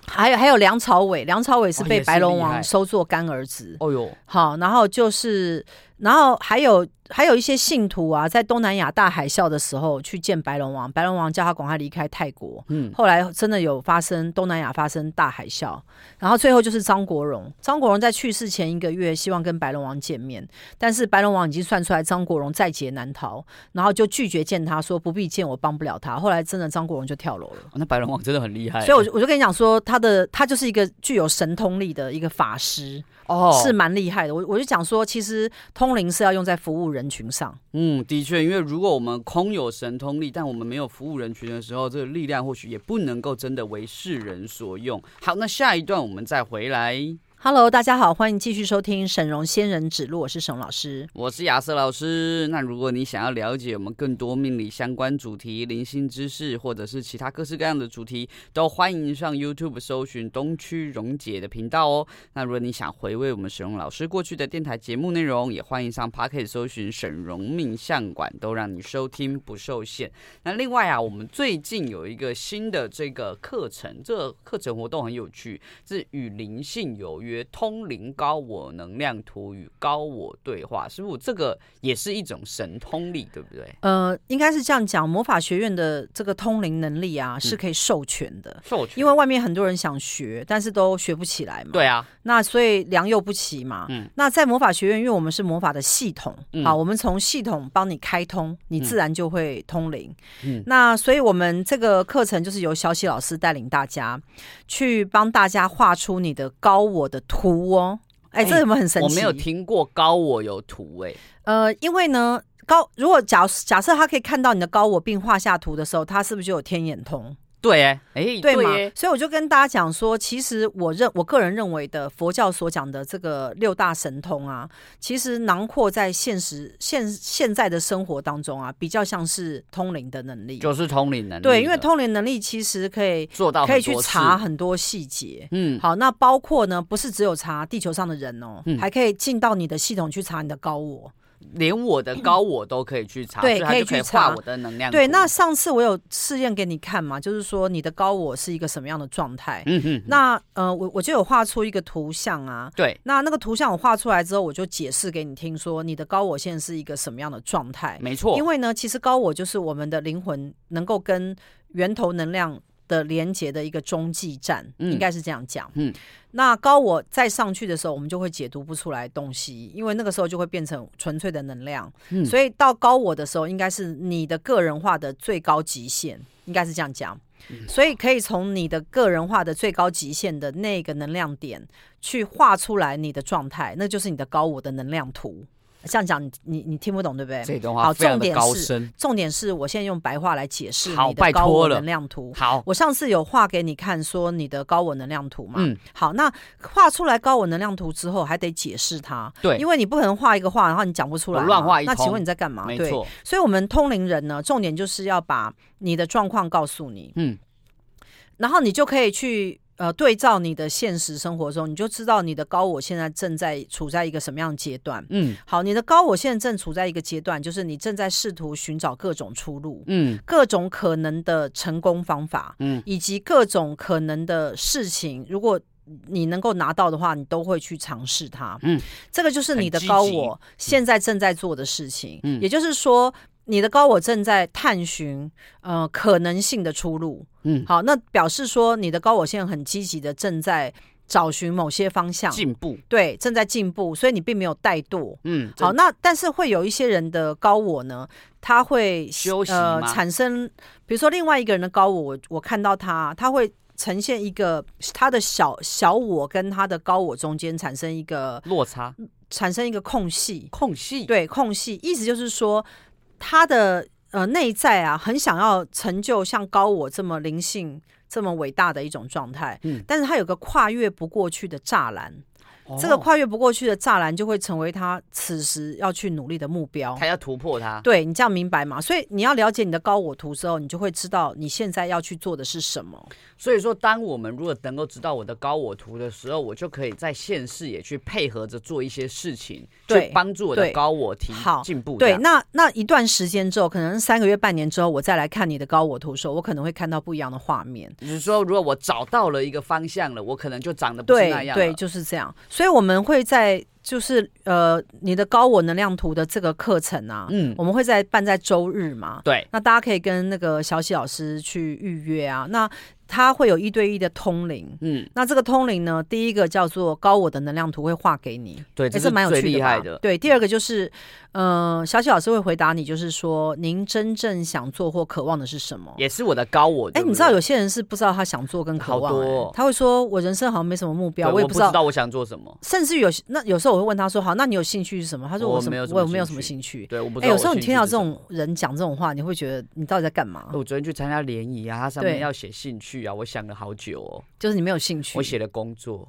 A: 还有还有梁朝伟，梁朝伟是
B: 哦
A: 被
B: 也是
A: 白龙
B: 厉害
A: 王收做干儿子。
B: 哦呦，
A: 好，然后就是，然后还有还有一些信徒啊，在东南亚大海啸的时候去见白龙王，白龙王叫他赶快离开泰国。
B: 嗯，
A: 后来真的有发生东南亚发生大海啸，然后最后就是张国荣。张国荣在去世前一个月希望跟白龙王见面，但是白龙王已经算出来张国荣在劫难逃，然后就拒绝见他，说不必见，我帮不了他。后来真的张国荣就跳楼了。
B: 哦那白龙王真的很厉害欸，
A: 所以我就我就跟你讲说，他的他就是一个具有神通力的一个法师，
B: 哦
A: 是蛮厉害的。我我就讲说，其实通灵是要用在服务人群上。
B: 嗯，的确，因为如果我们空有神通力，但我们没有服务人群的时候，这个力量或许也不能够真的为世人所用。好，那下一段我们再回来。
A: Hello，大家好，欢迎继续收听沈荣仙人指路，我是沈荣老师。
B: 我是亚瑟老师。那如果你想要了解我们更多命理相关主题、灵性知识，或者是其他各式各样的主题，都欢迎上 YouTube 搜寻东区荣姐的频道哦。那如果你想回味我们沈荣老师过去的电台节目内容，也欢迎上 Pocket 搜寻沈荣命相馆，都让你收听不受限。那另外啊，我们最近有一个新的这个课程，这个课程活动很有趣，是与灵性有约，通灵高我能量图与高我对话。师傅，这个也是一种神通力，对不对？
A: 呃，应该是这样讲，魔法学院的这个通灵能力啊，是可以授权的。
B: 授权，
A: 因为外面很多人想学，但是都学不起来嘛。
B: 对啊，
A: 那所以良莠不齐嘛。
B: 嗯
A: 那在魔法学院，因为我们是魔法的系统，
B: 嗯
A: 好，我们从系统帮你开通，你自然就会通灵。
B: 嗯
A: 那所以我们这个课程就是由小喜老师带领大家去帮大家画出你的高我的图哦。哎、
B: 哎
A: 这有没有很神奇？
B: 我没有听过高我有图欸诶、
A: 呃，因为呢，高如果假假设他可以看到你的高我并画下图的时候，他是不是就有天眼通？
B: 对诶、哎、
A: 对吗？
B: 耶
A: 所以我就跟大家讲说，其实我认我个人认为的佛教所讲的这个六大神通啊，其实囊括在现实现现在的生活当中啊，比较像是通灵的能力。
B: 就是通灵能力的，
A: 对，因为通灵能力其实可以
B: 做到
A: 可以
B: 很
A: 去
B: 多次
A: 查，很多细节。
B: 嗯，
A: 好，那包括呢，不是只有查地球上的人哦，
B: 嗯
A: 还可以进到你的系统去查你的高我。
B: 连我的高我都可以去查，
A: 对
B: 所它就
A: 可
B: 可
A: 以
B: 以
A: 去查
B: 画我的能量图。
A: 对，那上次我有试验给你看嘛，就是说你的高我是一个什么样的状态。
B: 嗯哼，
A: 那呃，我我就有画出一个图像啊。
B: 对，
A: 那那个图像我画出来之后，我就解释给你听，说你的高我现在是一个什么样的状态。
B: 没错
A: 哎因，为呢，其实高我就是我们的灵魂能够跟源头能量的连接的一个中继站，
B: 嗯
A: 应该是这样讲。
B: 嗯，
A: 那高我再上去的时候，我们就会解读不出来东西，因为那个时候就会变成纯粹的能量。
B: 嗯
A: 所以到高我的时候，应该是你的个人化的最高极限，应该是这样讲。
B: 嗯
A: 所以可以从你的个人化的最高极限的那个能量点去画出来你的状态，那就是你的高我的能量图。这样讲，你你你听不懂对不对？
B: 这段
A: 好
B: 话非常
A: 重
B: 的
A: 点
B: 高
A: 是
B: 深。
A: 重点是我现在用白话来解释
B: 好
A: 你
B: 拜
A: 的高
B: 托
A: 我
B: 了
A: 能量图。
B: 好，
A: 我上次有画给你看，说你的高我能量图嘛。
B: 嗯
A: 好，那画出来高我能量图之后，还得解释它，
B: 对
A: 因为你不可能画一个画，然后你讲不出来嘛，
B: 我乱画一
A: 那请
B: 通
A: 问你在干嘛？
B: 没
A: 对，
B: 错，
A: 所以我们通灵人呢，重点就是要把你的状况告诉你，
B: 嗯，
A: 然后你就可以去。呃，对照你的现实生活中，你就知道你的高我现在正在处在一个什么样的阶段。
B: 嗯
A: 好，你的高我现在正处在一个阶段，就是你正在试图寻找各种出路，
B: 嗯
A: 各种可能的成功方法，
B: 嗯
A: 以及各种可能的事情，如果你能够拿到的话，你都会去尝试它。
B: 嗯，
A: 这个就是你的
B: 很积极
A: 高我现在正在做的事情。
B: 嗯
A: 也就是说，你的高我正在探寻呃可能性的出路。
B: 嗯，
A: 好，那表示说你的高我现在很积极的正在找寻某些方向，
B: 进步，
A: 对，正在进步，所以你并没有怠惰。
B: 嗯，
A: 好，
B: 真，
A: 那但是会有一些人的高我呢，他会
B: 休息
A: 呃
B: 吗
A: 产生，比如说另外一个人的高我，我我看到他，他会呈现一个他的小小我跟他的高我中间产生一个
B: 落差
A: 产生一个嗯空隙，
B: 空隙，
A: 对，空隙，意思就是说他的呃内在啊，很想要成就像高我这么灵性。这么伟大的一种状态，
B: 嗯
A: 但是他有个跨越不过去的栅栏，
B: 哦
A: 这个跨越不过去的栅栏就会成为他此时要去努力的目标。
B: 他要突破它，
A: 对你这样明白吗？所以你要了解你的高我图之后，你就会知道你现在要去做的是什么。
B: 所以说，当我们如果能够知道我的高我图的时候，我就可以在现世也去配合着做一些事情，
A: 对
B: 去帮助我的
A: 对
B: 高我提
A: 好
B: 进步。
A: 对，，那那一段时间之后，可能三个月、半年之后，我再来看你的高我图的时候，我可能会看到不一样的画面。
B: 只是说，如果我找到了一个方向了，我可能就长得不是
A: 对
B: 那样了
A: 对，就是这样。所以我们会在就是呃你的高我能量图的这个课程啊，
B: 嗯，
A: 我们会在办在周日嘛，
B: 对，
A: 那大家可以跟那个小喜老师去预约啊。那他会有一对一的通灵。
B: 嗯，
A: 那这个通灵呢，第一个叫做高我的能量图会画给你，
B: 对，
A: 也
B: 这
A: 是蛮有
B: 最
A: 趣
B: 厉
A: 吧
B: 害的。
A: 对，第二个就是，呃，小喜老师会回答你，就是说您真正想做或渴望的是什么。
B: 也是我的高我。
A: 哎、
B: 对不
A: 你知道
B: 对
A: 有些人是不知道他想做跟渴望、
B: 好多
A: 哎
B: 哦
A: 他会说我人生好像没什么目标，
B: 对
A: 我
B: 我
A: 也
B: 不
A: 不知道。
B: 我想做什么。
A: 甚至有那有时候我会问他说，好，那你有兴趣是什么？他说
B: 我
A: 我什
B: 没有
A: 么
B: 什么
A: 我没有
B: 兴
A: 什么
B: 趣
A: 兴趣。
B: 对，我不
A: 哎、
B: 知道。
A: 有时候你听到这，种人讲这种话，你会觉得你到底在干嘛？
B: 我昨天去参加联谊啊，它上
A: 对
B: 面要写兴趣啊，我想了好久哦，
A: 就是你没有兴趣。
B: 我写了工作，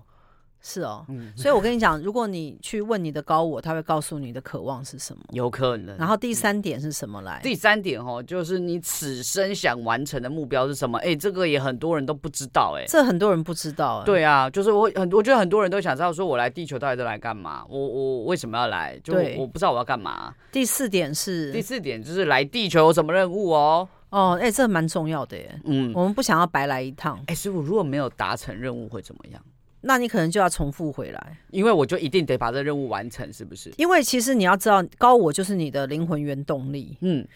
A: 是哦，
B: 嗯，
A: 所以我跟你讲，如果你去问你的高我，他会告诉你的渴望是什么。
B: 有可能。
A: 然后第三点是什么来？
B: 第三点哦，就是你此生想完成的目标是什么？哎，这个也很多人都不知道哎。
A: 这很多人不知道、哎，
B: 对啊，就是我很，我觉得很多人都想知道，说我来地球到底是来干嘛？我我为什么要来？就
A: 对嗯
B: 我不知道我要干嘛。
A: 第四点
B: 第
A: 是
B: 四点就是来地球有什么任务哦？
A: 哦，哎、这蛮重要的耶。
B: 嗯，
A: 我们不想要白来一趟，
B: 哎，师傅，如果没有达成任务会怎么样？
A: 那你可能就要重复回来，
B: 因为我就一定得把这任务完成，是不是？
A: 因为其实你要知道，高我就是你的灵魂原动力。
B: 嗯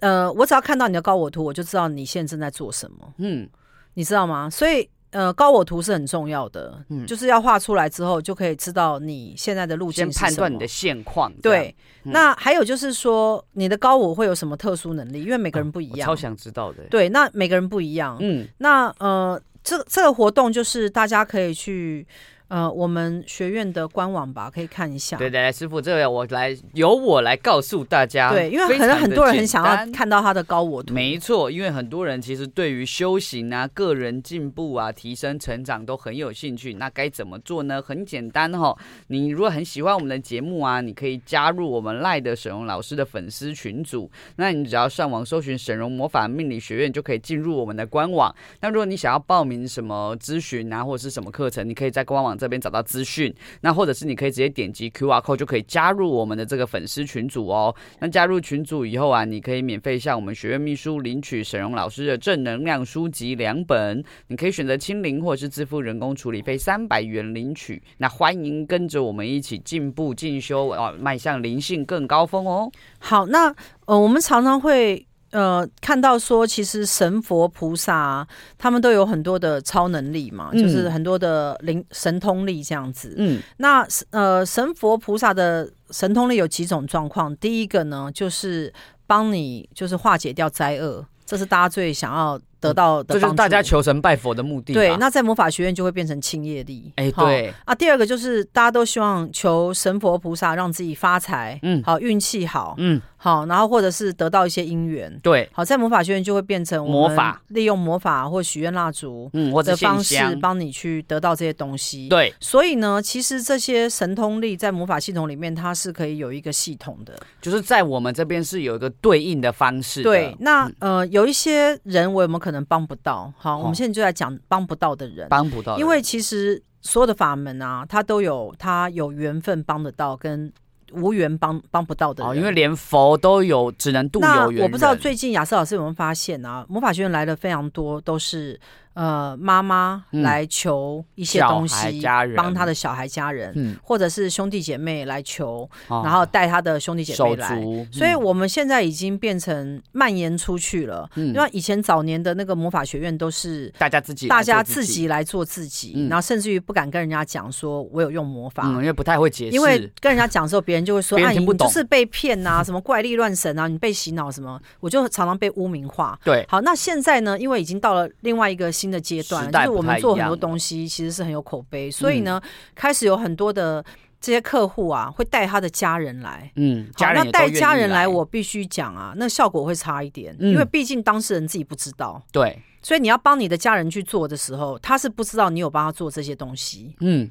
A: 呃，我只要看到你的高我图，我就知道你现在正在做什么，
B: 嗯，
A: 你知道吗？所以。呃，高我图是很重要的，
B: 嗯
A: 就是要画出来之后，就可以知道你现在的路径
B: 先
A: 是
B: 判
A: 什
B: 断
A: 么
B: 你的现况。这样
A: 对，，
B: 嗯
A: 那还有就是说，你的高我会有什么特殊能力？因为每个人不一
B: 哦我
A: 样，
B: 超想知道的。
A: 对，那每个人不一样。
B: 嗯，
A: 那呃，这这个活动就是大家可以去呃我们学院的官网吧，可以看一下。
B: 对对，来师傅，这个我来由我来告诉大家。
A: 对因为
B: 非
A: 可能
B: 常
A: 很
B: 地
A: 多人很
B: 简
A: 想要
B: 单
A: 看到他的高我图。
B: 没错，因为很多人其实对于修行啊、个人进步啊、提升成长都很有兴趣。那该怎么做呢？很简单哈、你如果很喜欢我们的节目啊，你可以加入我们赖的沈荣老师的粉丝群组。那你只要上网搜寻沈荣魔法命理学院，就可以进入我们的官网。那如果你想要报名什么咨询啊，或者是什么课程，你可以在官网这边找到资讯。那或者是你可以直接点击 QR code 就可以加入我们的这个粉丝群组哦。那加入群组以后啊，你可以免费向我们学院秘书领取沈荣老师的正能量书籍两本，你可以选择清零或者是自付人工处理费三百元领取。那欢迎跟着我们一起进步进修哦，迈向灵性更高峰哦。
A: 好，那呃，我们常常会呃看到说，其实神佛菩萨、啊、他们都有很多的超能力嘛，
B: 嗯
A: 就是很多的灵神通力这样子。
B: 嗯，
A: 那呃，神佛菩萨的神通力有几种状况？第一个呢，就是帮你就是化解掉灾厄，这是大家最想要得到的、
B: 嗯这就是大家。求神拜佛的目的吧。啊
A: 对，那在魔法学院就会变成清业力。
B: 哎
A: 好
B: 对，
A: 啊，第二个就是大家都希望求神佛菩萨让自己发财，
B: 嗯
A: 好运气好，
B: 嗯，
A: 好，然后或者是得到一些姻缘。
B: 对，
A: 好，在魔法学院就会变成
B: 魔
A: 我们
B: 法
A: 利用魔法或许愿蜡烛
B: 嗯，或者
A: 的
B: 信
A: 方式
B: 箱，
A: 帮你去得到这些东西。，
B: 对。
A: 所以呢，其实这些神通力在魔法系统里面，它是可以有一个系统的。
B: 就是在我们这边是有一个对应的方式的。嗯
A: 对，那、呃，有一些人我有没有可能帮不到？好，我
B: 哦
A: 们现在就来讲帮不到的人。
B: 帮不到的人，
A: 因为其实所有的法门啊，它都有它有缘分帮得到，跟无缘帮帮不到的人。
B: 哦，因为连佛都有，只能渡
A: 那
B: 有缘人。
A: 我不知道最近雅思老师有没有发现啊，魔法学院来的非常多都是呃妈妈
B: 嗯
A: 来求一些
B: 小
A: 东
B: 孩
A: 西，
B: 家人
A: 帮她的小孩家人，
B: 嗯，
A: 或者是兄弟姐妹来求，
B: 哦
A: 然后带她的兄弟姐妹
B: 手
A: 来。
B: 足，
A: 所以
B: 嗯
A: 我们现在已经变成蔓延出去了。
B: 嗯
A: 因为以前早年的那个魔法学院都是
B: 大家自己来
A: 大家
B: 做
A: 自己来做自己，
B: 嗯
A: 然后甚至于不敢跟人家讲说我有用魔法，
B: 嗯，因为不太会解释，
A: 因为跟人家讲的时候，别人就会说
B: 别
A: 啊，
B: 人
A: 你
B: 听不
A: 你就
B: 懂
A: 是被骗 呐、什么怪力乱神啊，你被洗脑什么，我就常常被污名化。
B: 对
A: 好，那现在呢？因为已经到了另外一个新的阶段，
B: 时
A: 就
B: 代
A: 是我们做
B: 不太一
A: 很
B: 样
A: 多
B: 了
A: 东西其实是很有口碑，所以呢，
B: 嗯
A: 开始有很多的这些客户啊，会带他的家人来。
B: 嗯，
A: 好，
B: 家人
A: 那
B: 也都
A: 带
B: 愿
A: 家
B: 意
A: 人
B: 来，
A: 我必须讲啊，那效果会差一点，
B: 嗯
A: 因为毕竟当事人自己不知道。
B: 对，
A: 所以你要帮你的家人去做的时候，他是不知道你有帮他做这些东西。
B: 嗯，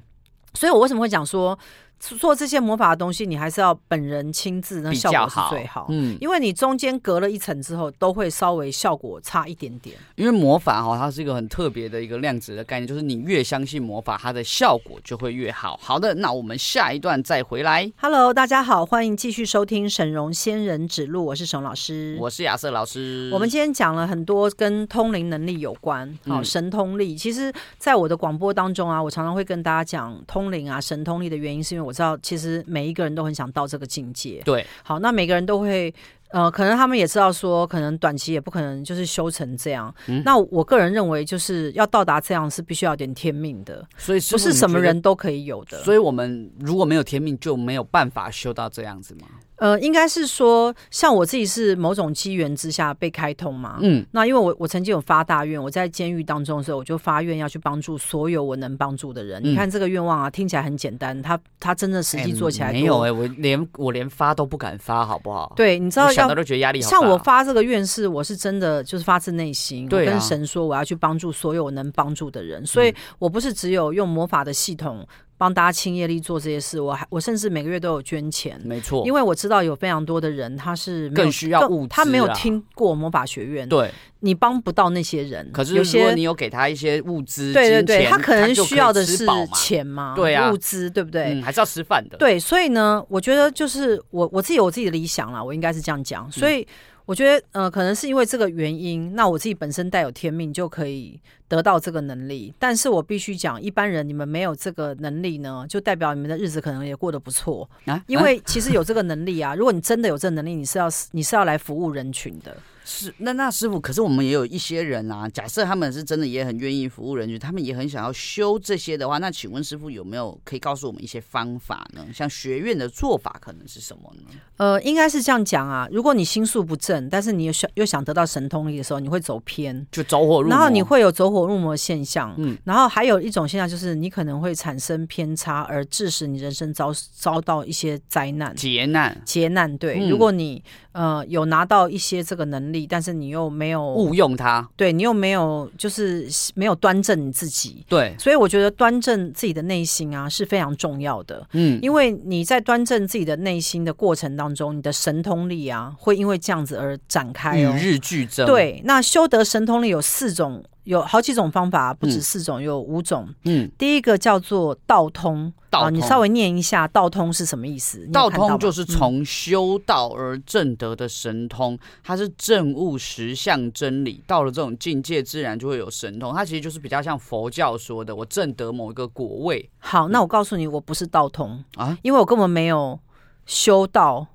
A: 所以我为什么会讲说，做做这些魔法的东西，你还是要本人亲自，那
B: 比
A: 效
B: 较
A: 果是
B: 好，
A: 最好。
B: 嗯，
A: 因为你中间隔了一层之后，都会稍微效果差一点点。
B: 因为魔法哈、它是一个很特别的一个量子的概念，就是你越相信魔法，它的效果就会越好。好的，那我们下一段再回来。
A: Hello，大家好，欢迎继续收听沈荣仙人指路，我是沈老师。
B: 我是亚瑟老师，
A: 嗯我们今天讲了很多跟通灵能力有关，好、
B: 嗯
A: 神通力。其实，在我的广播当中啊，我常常会跟大家讲通灵啊、神通力的原因，是因为我知道其实每一个人都很想到这个境界。
B: 对，
A: 好，那每个人都会。呃，可能他们也知道说，可能短期也不可能就是修成这样。
B: 嗯
A: 那我个人认为，就是要到达这样是必须要有点天命的，
B: 所以
A: 不是什么
B: 人。
A: 人都可以有的。
B: 所以我们如果没有天命，就没有办法修到这样子嘛。
A: 呃，应该是说，像我自己是某种机缘之下被开通嘛。
B: 嗯，
A: 那因为我我曾经有发大愿，我在监狱当中的时候，我就发愿要去帮助所有我能帮助的人。你
B: 嗯
A: 看这个愿望啊，听起来很简单，他他真的实际做起来
B: 哎
A: 多、
B: 没有哎、我连我连发都不敢发，好不好？，
A: 对，你知道
B: 我想
A: 要
B: 到都觉得压力好大。
A: 像我，发这个愿是，我是真的就是发自内心，
B: 对
A: 我
B: 啊嗯
A: 跟神说我要去帮助所有能帮助的人，所以我不是只有用魔法的系统帮大家清业力做这些事，我还我甚至每个月都有捐钱。
B: 没错，
A: 因
B: 为
A: 为我知道有非常多的人，他是没有
B: 嗯更需要物
A: 更
B: 资
A: 他没有
B: 啦
A: 听过魔法学院，
B: 对。
A: 你帮不到那些人。
B: 可是
A: 有
B: 如果
A: 些
B: 你有给他一些物资，
A: 对对对，
B: 金钱
A: 他可能
B: 就
A: 需要的
B: 吃
A: 是
B: 饱嘛
A: 钱嘛，
B: 对啊
A: 物资，对不对？
B: 嗯，还是要吃饭的。，
A: 对，所以呢，我觉得就是我我自己有我自己的理想啦，我应该是这样讲。所
B: 嗯
A: 以我觉得，呃，可能是因为这个原因，那我自己本身带有天命，就可以得到这个能力。但是我必须讲，一般人你们没有这个能力呢，就代表你们的日子可能也过得不错。
B: 啊、
A: 因
B: 啊
A: 为其实有这个能力啊，如果你真的有这个能力，你是要你是要来服务人群的。
B: 是那那师傅，可是我们也有一些人啊，假设他们是真的也很愿意服务人群，他们也很想要修这些的话，那请问师傅有没有可以告诉我们一些方法呢？像学院的做法可能是什么呢？
A: 呃，应该是这样讲啊。如果你心术不正，但是你又想又想得到神通力的时候，你会走偏。
B: 就走火入魔，
A: 然后你会有走火入魔现象，
B: 嗯
A: 然后还有一种现象就是你可能会产生偏差，而致使你人生遭遭到一些灾难。
B: 劫难。
A: 劫难对，
B: 嗯
A: 如果你呃有拿到一些这个能力，但是你又没有，
B: 误用它。
A: 对你又没有就是没有端正你自己，
B: 对，
A: 所以我觉得端正自己的内心啊是非常重要的，
B: 嗯，
A: 因为你在端正自己的内心的过程当中，你的神通力啊会因为这样子而展开哦
B: 与。日俱增。，
A: 对，那修得神通力有四种有好几种方法，不止四种，有五种。
B: 嗯，
A: 第一个叫做道通，
B: 道
A: 啊，你
B: 通
A: 稍微念一下道通是什么意思？你有
B: 道
A: 看吗
B: 通就是
A: 嗯
B: 从修道而正得的神通，它是正悟实相真理，到了这种境界，自然就会有神通。它其实就是比较像佛教说的，我正得某一个果位
A: 好，那我告诉你，我不是道通
B: 啊？
A: 啊，因为我根本没有修道，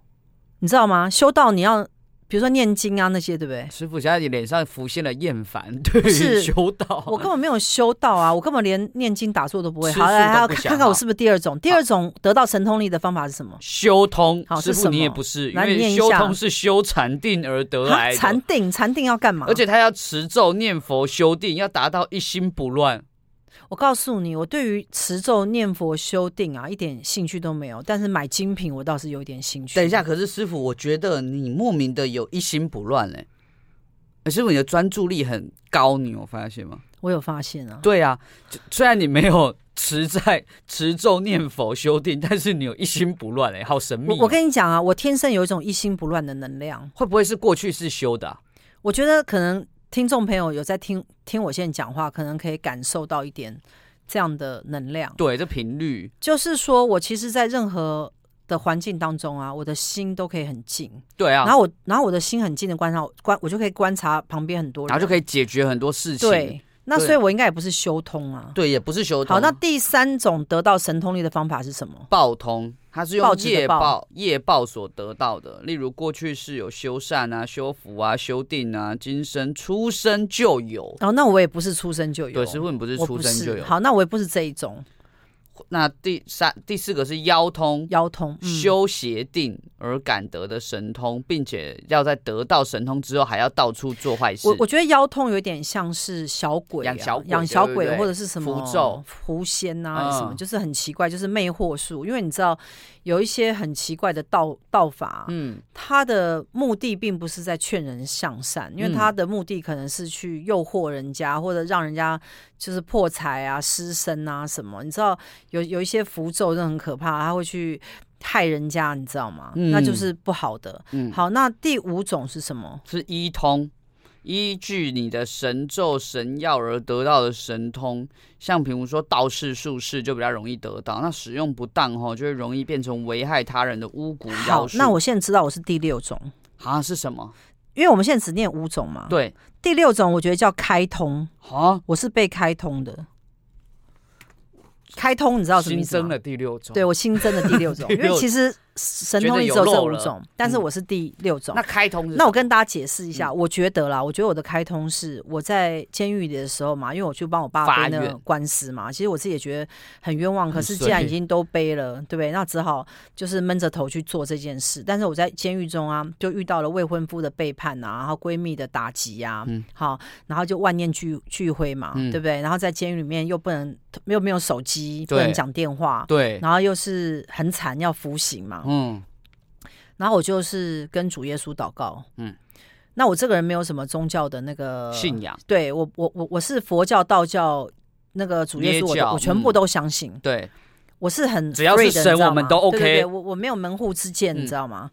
A: 你知道吗？修道你要比如说念经啊那些，对不对
B: 师傅现在你脸上浮现了厌 烦，对于
A: 是
B: 修道，
A: 我根本没有修道 啊，我根本连念经打坐都不会。
B: 吃
A: 好，来，
B: 素
A: 还
B: 都
A: 要
B: 不
A: 看
B: 想
A: 看看我
B: 好
A: 是不是第二种。第二种得到神通力的方法是什么？
B: 修通。
A: 好是
B: 师傅
A: 什
B: 你也
A: 么
B: 不是，因
A: 来念
B: 为
A: 一
B: 修
A: 下
B: 通是修禅定而得
A: 啊
B: 来的，
A: 禅定，禅定要干嘛？
B: 而且他要持咒念佛修定，要达到一心不乱。
A: 我告诉你，我对于持咒、念佛、修定啊，一点兴趣都没有。但是买精品，我倒是有一点兴趣。
B: 等一下，，可是师傅，我觉得你莫名的有一心不乱嘞、欸。师傅，你的专注力很高，你有发现吗？
A: 我有发现啊，
B: 对啊，就虽然你没有持在持咒念佛修定，但是你有一心不乱哎、好神秘哦、
A: 我我跟你讲啊，我天生有一种一心不乱的能量。
B: 会不会是过去是修的啊、
A: 我觉得可能听众朋友有在听听我现在讲话，可能可以感受到一点这样的能量。
B: 对，这频率
A: 就是说我其实，在任何的环境当中啊，我的心都可以很静，
B: 对啊，
A: 然后我然后我的心很静的观察观，我就可以观察旁边很多人，
B: 然后就可
A: 以
B: 以解决很多事情。
A: 对。那
B: 对
A: 所以我应该也不是修通啊。
B: 对，也不是修通。
A: 好，那第三种得到神通力的方法是什么？
B: 报通，它是用
A: 报纸的
B: 业
A: 报
B: 报业报所得到的。例如过去是有修缮啊、修福啊、修定啊，今生出生就有。
A: 哦，那我也不是出生就有，
B: 对，师傅你不是
A: 我
B: 出
A: 不。
B: 生就是有。
A: 好，那我也不是这一种
B: 那第三、第四个是腰通，
A: 腰通、嗯、
B: 修邪定而感得的神通，并且要在得到神通之后，还要到处做坏事
A: 我。我觉得腰痛有点像是小鬼、啊，
B: 养小鬼
A: 养小
B: 对不
A: 鬼
B: 对
A: 或者是什么
B: 符咒、
A: 狐仙呐、还是什么，
B: 嗯
A: 就是很奇怪，就是魅惑术。因为你知道有一些很奇怪的道道法，
B: 嗯，
A: 它的目的并不是在劝人向善，因为
B: 嗯
A: 它的目的可能是去诱惑人家，或者让人家就是破财啊、失身啊什么。你知道有有一些符咒真的很可怕，它会去害人家，你知道吗？
B: 嗯
A: 那就是不好的。
B: 嗯
A: 好，那第五种是什么？
B: 是一通。依据你的神咒神药而得到的神通，像比如说道士、术士就比较容易得到。那使用不当吼，就会容易变成危害他人的巫蛊
A: 好
B: 妖，术。
A: 那我现在知道我是第六种，
B: 啊是什么？
A: 因为我们现在只念五种嘛。，
B: 对
A: 第六种我觉得叫开通，
B: 啊，
A: 我是被开通的。开通，你知道什么意
B: 新
A: 思
B: 增
A: 吗？
B: 了第六种。
A: 对，我新增的第六 种，
B: 第
A: 因
B: 六种
A: 为其实神通力只这五种，但
B: 嗯
A: 是我是第六种
B: 那。开通是
A: 那
B: 什
A: 我
B: 么
A: 跟大家解释一
B: 嗯
A: 下，我觉得啦，我觉得我的开通是我在监狱里的时候嘛，因为我去帮我爸
B: 法
A: 背那个
B: 院
A: 官司嘛，其实我自己也觉得很冤枉，可是
B: 衰
A: 既然已经都背了，对不对？那只好就是闷着头去做这件事。但是我在监狱中啊，就遇到了未婚夫的背叛啊，然后闺蜜的打击啊，
B: 嗯
A: 好，然后就万念俱俱灰嘛，
B: 嗯
A: 对不对？然后在监狱里面又不能又没有手机，不
B: 对
A: 能讲电话，
B: 对，
A: 然后又是很惨要服刑嘛，
B: 嗯
A: 然后我就是跟主耶稣祷告，
B: 嗯
A: 嗯，那我这个人没有什么宗教的那个
B: 信，仰
A: 对我我我我是佛教、道教。那个主耶稣我都，
B: 捏教
A: 我全部都相信，
B: 对
A: 我是很
B: 只要是
A: free 的
B: 神
A: 你知道吗
B: 我们都 OK
A: 对对对我我没有门户之见，
B: 嗯
A: 你知道吗？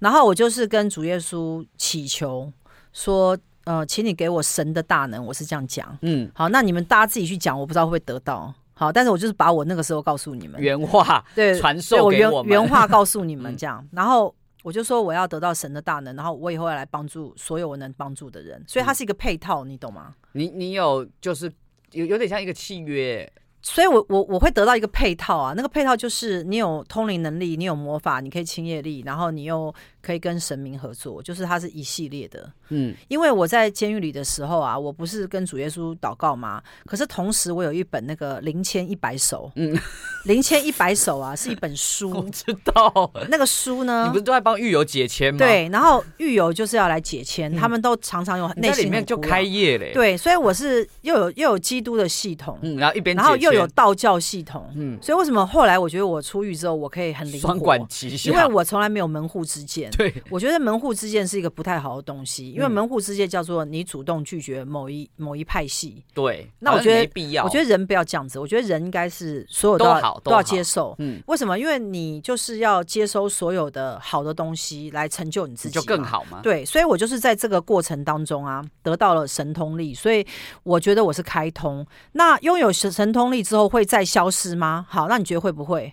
A: 然后我就是跟主耶稣祈求说，呃，请你给我神的大能，我是这样讲。
B: 嗯
A: 好，那你们大家自己去讲，我不知道会不会得到。好，但是我就是把我那个时候告诉你们，
B: 原话
A: 对，
B: 传
A: 对
B: 授给
A: 原
B: 我们
A: 原话告诉你们
B: 嗯
A: 这样，然后我就说我要得到神的大能，然后我以后要来帮助所有我能帮助的人，所以
B: 嗯
A: 它是一个配套，你懂吗？
B: 你你有就是有有点像一个契约，
A: 所以我，我我会得到一个配套啊，那个配套就是你有通灵能力，你有魔法，你可以清业力，然后你又可以跟神明合作，就是它是一系列的。
B: 嗯
A: 因为我在监狱里的时候啊，我不是跟主耶稣祷告吗？可是同时我有一本那个《灵签一百首》，嗯，
B: 嗯
A: 《灵签一百首》啊是一本
B: 我
A: 书，
B: 知道。
A: 那个书呢
B: 你不是都在帮狱友解签吗？，
A: 嗯
B: 嗯
A: 对，然后狱友就是要来解签，他们都常常有
B: 你
A: 内
B: 在
A: 心
B: 里面
A: 很
B: 就
A: 古老
B: 开业嘞。，
A: 对，所以我是又有又有基督的系统，
B: 嗯，然后一边
A: 然后
B: 解
A: 又有
B: 签
A: 道教系统，
B: 嗯
A: 所以为什么后来我觉得我出狱之后我可以很灵
B: 双管
A: 活，
B: 齐下，
A: 因为我从来没有门户之见，
B: 对，
A: 我觉得门户之见是一个不太好的东西，因为
B: 嗯
A: 门户之见叫做你主动拒绝某一某一派系。
B: 对，
A: 那
B: 好
A: 我
B: 像
A: 觉得
B: 没必要，
A: 我觉得人不要这样子，我觉得人应该是所有
B: 都
A: 要
B: 好
A: 都
B: 都
A: 要
B: 好
A: 接受。
B: 嗯，
A: 为什么？因为你就是要接收所有的好的东西来成就你自
B: 你
A: 己，
B: 就更。好嘛。
A: 对，所以我就是在这个过程当中啊，得到了神通力，所以我觉得我是开通。那拥有神神通力之后会再消失吗？好，那你觉得会不会？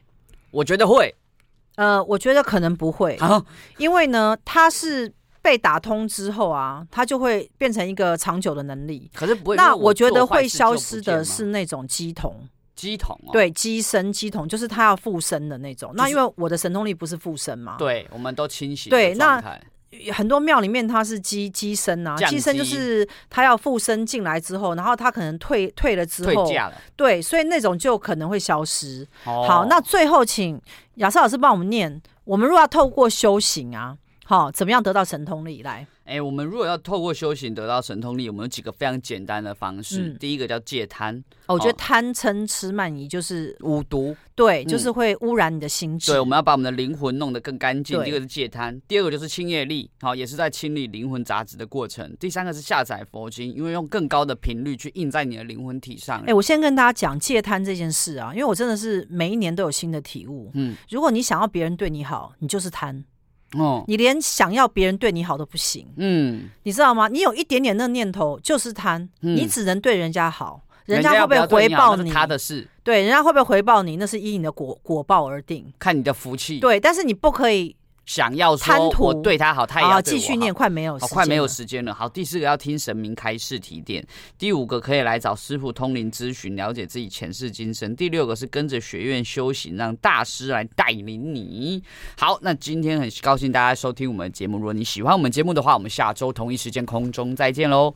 B: 我觉得会，
A: 呃，我觉得可能不会，
B: 好，
A: 因为呢，它是被打通之后啊，它就会变成一个长久的能力。
B: 可是不会。因
A: 那
B: 为我
A: 我觉
B: 做
A: 得
B: 坏
A: 会
B: 事就
A: 消
B: 不
A: 失
B: 见
A: 的
B: 嘛
A: 是那种鸡童，
B: 鸡桶哦。
A: 对，鸡身鸡童就是它要附身的那种。那
B: 就是
A: 因为我的神通力不是附身嘛，
B: 对，我们都清醒
A: 对
B: 的状态。
A: 很多庙里面它是鸡鸡身啊，
B: 降
A: 鸡身就
B: 鸡
A: 是它要附身进来之后，然后它可能退退了之
B: 退
A: 后，
B: 价了。
A: 对，所以那种就可能会消失。
B: 哦
A: 好，那最后请亚瑟老师帮我们念，我们如果要透过修行啊，好，怎么样得到神通力来？
B: 哎、我们如果要透过修行得到神通力，我们有几个非常简单的方式。
A: 嗯
B: 第一个叫戒贪、
A: 哦我觉得
B: 哦
A: 贪嗔痴慢疑就是
B: 五毒，
A: 对，
B: 嗯
A: 就是会污染你的心智。
B: 对，我们要把我们的灵魂弄得更干净。
A: 对
B: 第一个是戒贪，第二个就是清业力，好、也是在清理灵魂杂质的过程。第三个是下载佛经，因为用更高的频率去印在你的灵魂体上。
A: 哎、我先跟大家讲戒贪这件事啊，因为我真的是每一年都有新的体悟。
B: 嗯，
A: 如果你想要别人对你好，你就是贪，
B: 哦，
A: 你连想要别人对你好都不行，
B: 嗯，
A: 你知道吗？你有一点点那念头就是贪，
B: 嗯
A: 你只能对人家好，人
B: 家
A: 家会
B: 要
A: 不会
B: 要对
A: 回
B: 你好
A: 报
B: 那
A: 你？
B: 是他的事，
A: 对，人家会不会回报你，那是依你的果果报而定。
B: 看你的福气。，
A: 对，但是你不可以
B: 想要
A: 贪
B: 说
A: 图
B: 我对他好，他也
A: 啊，
B: 要对
A: 继
B: 我
A: 续
B: 好
A: 念，快没有时
B: 好，
A: 间，
B: 快没有。时间了。好，第四个要听神明开示提点，第五个可以来找师傅通灵咨询，了解自己前世今生。第六个是跟着学院修行，让大师来带领你。好，那今天很高兴大家收听我们的节目。如果你喜欢我们节目的话，我们下周同一时间空中再见喽。